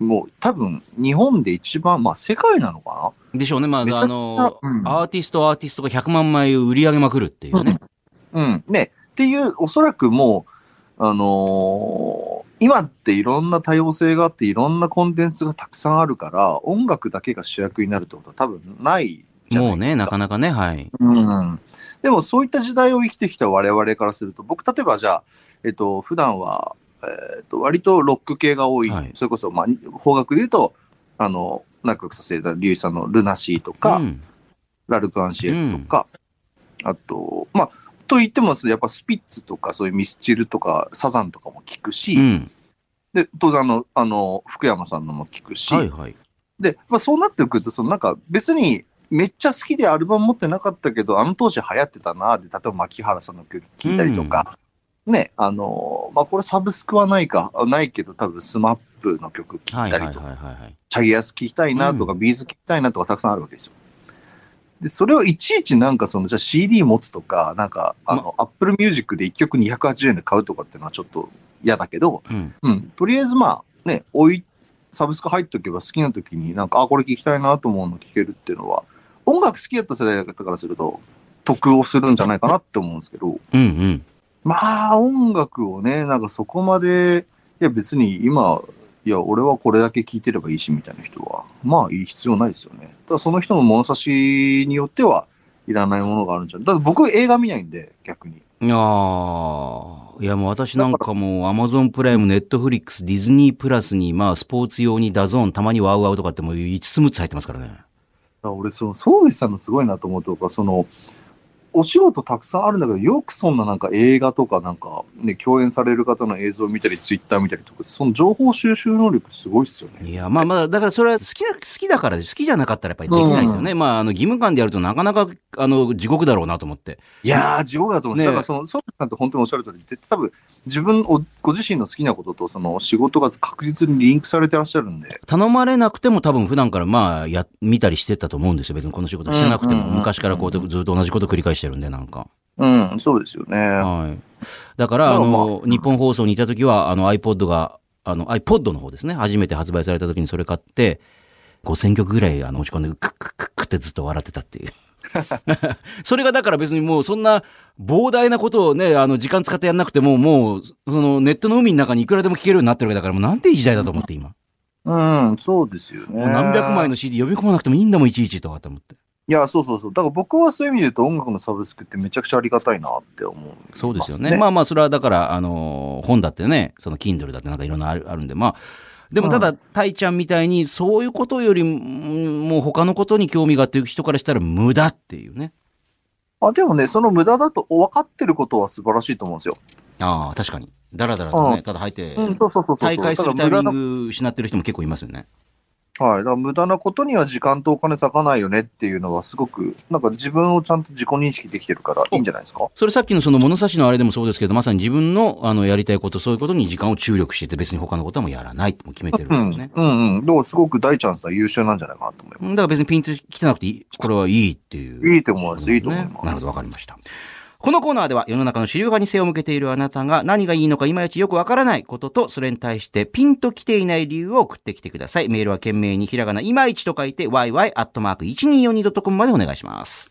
Speaker 2: もう多分日本で一番、まあ世界なのか
Speaker 1: でしょうね。まあ、あ
Speaker 2: めちゃくちゃ
Speaker 1: のー
Speaker 2: うん
Speaker 1: アーティスト、アーティストが100万枚売り上げまくるっていうね。
Speaker 2: なうん。ね。っていう、おそらくもう、あのー今っていろんな多様性があって、いろんなコンテンツがたくさんあるから、音楽だけが主役になるってことは多分ないじゃな
Speaker 1: もう
Speaker 2: いで
Speaker 1: ね、
Speaker 2: す
Speaker 1: な
Speaker 2: か。
Speaker 1: かなかね、はい。
Speaker 2: うん、でもそういった時代を生きてきた我々からすると、僕、例えばじゃあ、えっと、普段は、えっと、割とロック系が多い、
Speaker 1: はい
Speaker 2: それこそ、まあ、方角で言うと、あの、仲良くさせたリュウジさんのルナシーとか、
Speaker 1: うん、
Speaker 2: ラルク・アンシエルとか、あと、まあ、と言っても、そのやっぱスピッツとか、そういうミスチルとか、サザンとかも聞くし、
Speaker 1: うん。
Speaker 2: で、当然あの、あの、福山さんのも聞くし、
Speaker 1: はいはい。
Speaker 2: で、まあ、そうなってくると、そのなんか別にめっちゃ好きでアルバム持ってなかったけど、あの当時流行ってたなで、例えば牧原さんの曲聴いたりとか、ね、あの、まあ、これサブスクはないか、あないけど多分スマップの曲聴
Speaker 1: はいい
Speaker 2: た
Speaker 1: は
Speaker 2: り
Speaker 1: い
Speaker 2: とか、
Speaker 1: はいはい。
Speaker 2: チャゲアス聴きたいなとか、ビーズ聴きたいなとかたくさんあるわけですよ。で、それをいちいちなんかその、じゃあ CD 持つとか、なんか、あの、Apple Music で1曲280円で買うとかっていうのはちょっと嫌だけど、
Speaker 1: うん。
Speaker 2: うん、とりあえずまあね、おい、サブスク入っておけば好きな時になんか、あ、これ聞きたいなと思うの聞けるっていうのは、音楽好きだった世代だったからすると、得をするんじゃないかなって思うんですけど、
Speaker 1: うんうん。
Speaker 2: まあ音楽をね、なんかそこまで、いや別に今、いや俺はこれだけ聞いてればいいしみたいな人は、まあいい必要ないですよね。ただその人の物差しによっては、いらないものがあるんじゃないだって僕映画見ないんで、逆に。
Speaker 1: いやーいやもう私なんかもうアマゾンプライム、ネットフリックス、ディズニープラスに、まあスポーツ用にダゾーン、たまにワウワウとかってもう5つ6つ入ってますからね。
Speaker 2: だから俺その総口さんのすごいなと思うとかそのお仕事たくさんあるんだけどよくそんななんか映画とかなんか、ね、共演される方の映像を見たりツイッター見たりとかその情報収集能力すごいっすよね。
Speaker 1: いや、まあまあ、だからそれは好きな、好きだからです好きじゃなかったらやっぱりできないですよね。まあ、あの、義務感でやるとなかなか、あの、地獄だろうなと思って。
Speaker 2: いやー地獄だと思うんです
Speaker 1: ねえ
Speaker 2: だからその総口さんって本当におっしゃる通り絶対多分自分をご自身の好きなこととその仕事が確実にリンクされてらっしゃるんで。
Speaker 1: 頼まれなくても多分普段からまあ、や、見たりしてたと思うんですよ。別にこの仕事してなくて
Speaker 2: うん
Speaker 1: も。
Speaker 2: うんうん
Speaker 1: 昔からこう、ずっと同じこと繰り返してるんで、なんか。
Speaker 2: うんそうですよね。
Speaker 1: はい。だから、あ
Speaker 2: まあまあ
Speaker 1: の、日本放送にいた時は、あの、iPod が、あの、iPod の方ですね。初めて発売された時にそれ買って、5000曲ぐらい、あの、落ち込んで、クックックックってずっと笑ってたって いう。それがだから別にもうそんな膨大なことをね、あの、時間使ってやんなくても、もう、その、ネットの海の中にいくらでも聞けるようになってるわけだから、もうなんていい時代だと思って、今。
Speaker 2: うんそうですよ
Speaker 1: も
Speaker 2: ね。
Speaker 1: う何百枚の CD 呼び込まなくてもいいんだもん、いちいちとかと思って。
Speaker 2: いやそうそうそうだから僕はそういう意味で言うと音楽のサブスクってめちゃくちゃありがたいなって思う。
Speaker 1: そうですよね。まあまあ、それはだから、あのー本だってね、その Kindle だってなんかいろんなあるあるんで、まあ、でもただ、たいちゃんみたいに、そういうことよりも、うんもう他のことに興味があっていう人からしたら無駄っていうね。
Speaker 2: あでもね、その無駄だと分かってることは素晴らしいと思うんですよ。
Speaker 1: ああ、確かに。だらだらと
Speaker 2: う
Speaker 1: ね、
Speaker 2: ん
Speaker 1: ただ入って、
Speaker 2: うん、そうそうそうそう。
Speaker 1: 大会する
Speaker 2: た
Speaker 1: タ
Speaker 2: だ
Speaker 1: イ
Speaker 2: 無駄
Speaker 1: ミ
Speaker 2: な、は
Speaker 1: ン
Speaker 2: い
Speaker 1: グ失ってる人も結構いますよね。。
Speaker 2: だから無駄なことには時間とお金割かないよねっていうのはすごく、なんか自分をちゃんと自己認識できてるからいいんじゃないですか。
Speaker 1: それさっきのその物差しのあれでもそうですけど、まさに自分の、あの、やりたいこと、そういうことに時間を注力してて、別に他のことはもうやらないってもう決めてるんで
Speaker 2: うん、
Speaker 1: すね。
Speaker 2: うん、うん。だからすごく大チャンスは優秀なんじゃないかなと思い
Speaker 1: うん
Speaker 2: ま
Speaker 1: だ
Speaker 2: す。
Speaker 1: から別にピンと来てなくていい、これはいいっていう。
Speaker 2: いいと思います、いいと思い
Speaker 1: ね
Speaker 2: ます。
Speaker 1: なるほど、わかりました。このコーナーでは世の中の主流派に背を向けているあなたが何がいいのかいまいちよくわからないこととそれに対してピンときていない理由を送ってきてください。メールは懸命にひらがないまいちと書いて yy.1242.com までお願いします。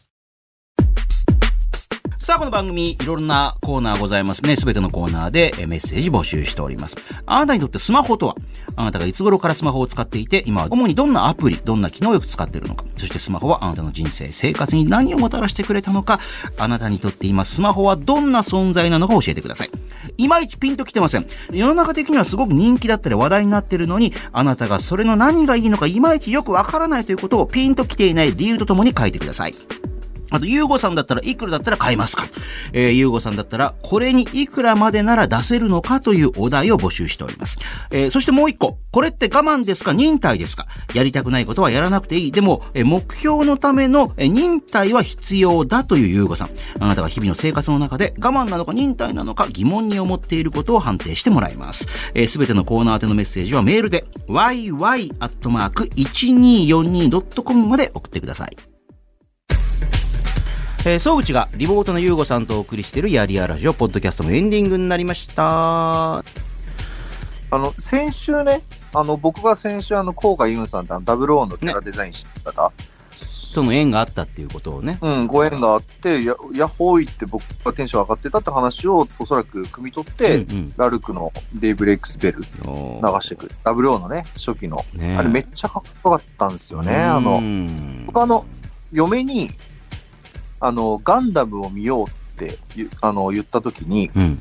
Speaker 1: さあ、この番組、いろんなコーナーございますね。すべてのコーナーでえメッセージ募集しております。あなたにとってスマホとはあなたがいつ頃からスマホを使っていて、今は主にどんなアプリ、どんな機能をよく使っているのか、そしてスマホはあなたの人生、生活に何をもたらしてくれたのか、あなたにとって今スマホはどんな存在なのか教えてください。いまいちピンときてません。世の中的にはすごく人気だったり話題になっているのに、あなたがそれの何がいいのかいまいちよくわからないということをピンときていない理由とともに書いてください。あと、ゆうごさんだったらいくらだったら買えますかえー、ゆうごさんだったら、これにいくらまでなら出せるのかというお題を募集しております。えーそしてもう一個。これって我慢ですか忍耐ですかやりたくないことはやらなくていい。でも、えー目標のための、えー忍耐は必要だというゆうごさん。あなたが日々の生活の中で我慢なのか忍耐なのか疑問に思っていることを判定してもらいます。えーすべてのコーナー宛てのメッセージはメールで、yy.1242.com まで送ってください。えー、総口がリモートのゆうごさんとお送りしているやりやラジオポッドキャストのエンディングになりました
Speaker 2: あの、先週ね、あの、僕が先週、あの、甲賀ユンさんって、あの、ダブルオーのキャラデザインしてた方、
Speaker 1: との縁があったっていうことをね。
Speaker 2: うん、ご縁があって、やヤッホーイって僕がテンション上がってたって話をおそらく汲み取って、
Speaker 1: うん
Speaker 2: ラルクのデイブレイクスベル流
Speaker 1: うん、おー
Speaker 2: してくる。WO のね、初期の。
Speaker 1: ね
Speaker 2: あれめっちゃかっこよかったんですよね。あの、
Speaker 1: の
Speaker 2: 僕あの、嫁に、あの、ガンダムを見ようってゆあの言った時に、
Speaker 1: うん、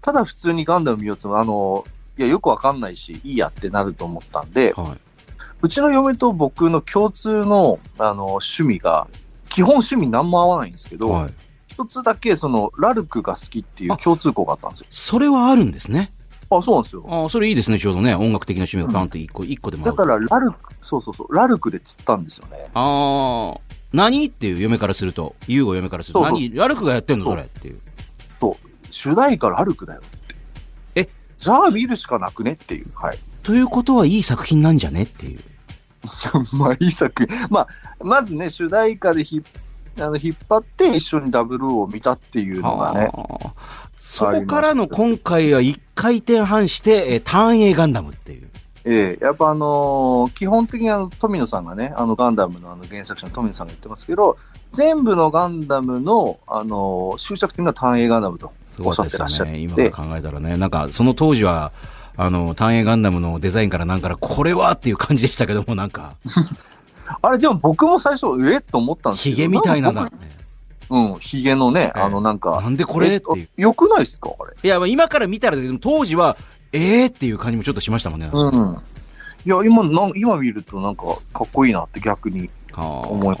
Speaker 2: ただ普通にガンダム見ようってあの、いや、よくわかんないし、いいやってなると思ったんで、
Speaker 1: は
Speaker 2: うちの嫁と僕の共通の、あの、趣味が、基本趣味何も合わないんですけ
Speaker 1: い。
Speaker 2: ど、
Speaker 1: はい。
Speaker 2: 一つだけ、その、ラルクが好きっていう共通項があったんですよ。
Speaker 1: それはあるんですね。
Speaker 2: あ、そうなんですよ。
Speaker 1: ああ、それいいですね、ちょうどね。音楽的な趣味がバンと一個、一個でもあ
Speaker 2: だ
Speaker 1: る
Speaker 2: から、ラルク、そうそうそう、ラルクで釣ったんですよね。
Speaker 1: ああ、何っていう嫁からすると、優吾嫁からすると、
Speaker 2: そうそう
Speaker 1: 何、ラルクがやってんの
Speaker 2: そう
Speaker 1: それっていう。
Speaker 2: 主題歌ラルクだよって。
Speaker 1: え
Speaker 2: じゃあ見るしかなくねっていう。はい。
Speaker 1: ということはいい作品なんじゃねっていう。
Speaker 2: まあ、いい作品。まあ、まずね、主題歌でひあの引っ張って一緒にダブルを見たっていうのがね。
Speaker 1: ああそこからの今回は一回転半して、えー、単影ガンダムっていう。
Speaker 2: ええやっぱあのー基本的にあの富野さんがね、あのガンダムのあの原作者の富野さんが言ってますけど、全部のガンダムの、あのー終着点が単影ガンダムと。
Speaker 1: すごかったですよね。
Speaker 2: おっ
Speaker 1: 今
Speaker 2: しゃって
Speaker 1: から
Speaker 2: らっしゃっ
Speaker 1: 考
Speaker 2: て
Speaker 1: えたらね。なんか、その当時は、あの、単影ガンダムのデザインからなんから、これはっていう感じでしたけども、なんか、
Speaker 2: あれ、でも僕も最初、えっと思ったんですけ
Speaker 1: ヒ
Speaker 2: ど。
Speaker 1: ゲみたいなな
Speaker 2: なんか。僕うん、ヒゲのね、
Speaker 1: ええ
Speaker 2: あのなんか。
Speaker 1: なんでこれ
Speaker 2: え
Speaker 1: っていう。
Speaker 2: よくないですかあれ。
Speaker 1: いや、まあ今から見たらだけど、当時は、えーっていう感じもちょっとしましたもんね。は
Speaker 2: うん。いや、今、なん今見るとなんかかっこいいなって逆に。
Speaker 1: あ
Speaker 2: 思い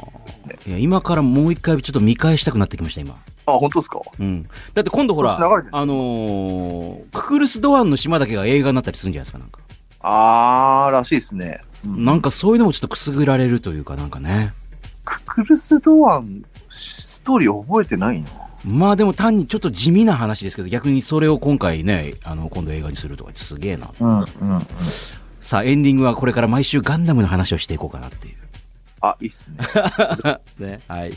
Speaker 1: いや、今からもう一回ちょっと見返したくなってきました、今。
Speaker 2: あ、本当ですか
Speaker 1: うん。だって今度ほら、
Speaker 2: こっち流れてる
Speaker 1: あのーククルス・ドアンの島だけが映画になったりするんじゃないですか、なんか。
Speaker 2: あー、らしいですね。うん
Speaker 1: なんかそういうのもちょっとくすぐられるというかなんかね。
Speaker 2: ククルス・ドアン、ストーリー覚えてないな。
Speaker 1: まあでも単にちょっと地味な話ですけど、逆にそれを今回ね、あの、今度映画にするとかってすげえな。
Speaker 2: うん、うん。
Speaker 1: さあ、エンディングはこれから毎週ガンダムの話をしていこうかなっていう。
Speaker 2: あ、いいっすね。
Speaker 1: ね、はい。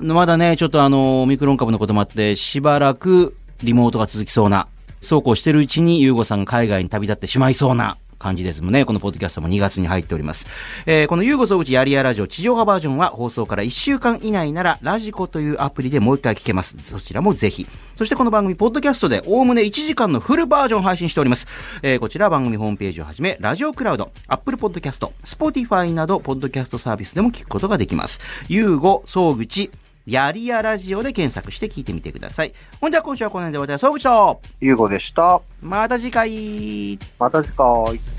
Speaker 1: まだね、ちょっとあの、オミクロン株のこともあって、しばらくリモートが続きそうな、そうこうしてるうちに、ゆうごさんが海外に旅立ってしまいそうな感じですもんね。このポッドキャストも2月に入っております。えーこのゆうご総口やりやラジオ地上波バージョンは放送から1週間以内なら、ラジコというアプリでもう一回聞けます。そちらもぜひ。そしてこの番組、ポッドキャストで、おおむね1時間のフルバージョンを配信しております。えーこちら番組ホームページをはじめ、ラジオクラウド、アップルポッドキャスト、スポティファイなど、ポッドキャストサービスでも聞くことができます。ゆうご総口やりやラジオで検索して聞いてみてください。ほんじゃ今週はこの辺でお会いしましょう。
Speaker 2: ゆうごでした。
Speaker 1: また次回。
Speaker 2: また次回。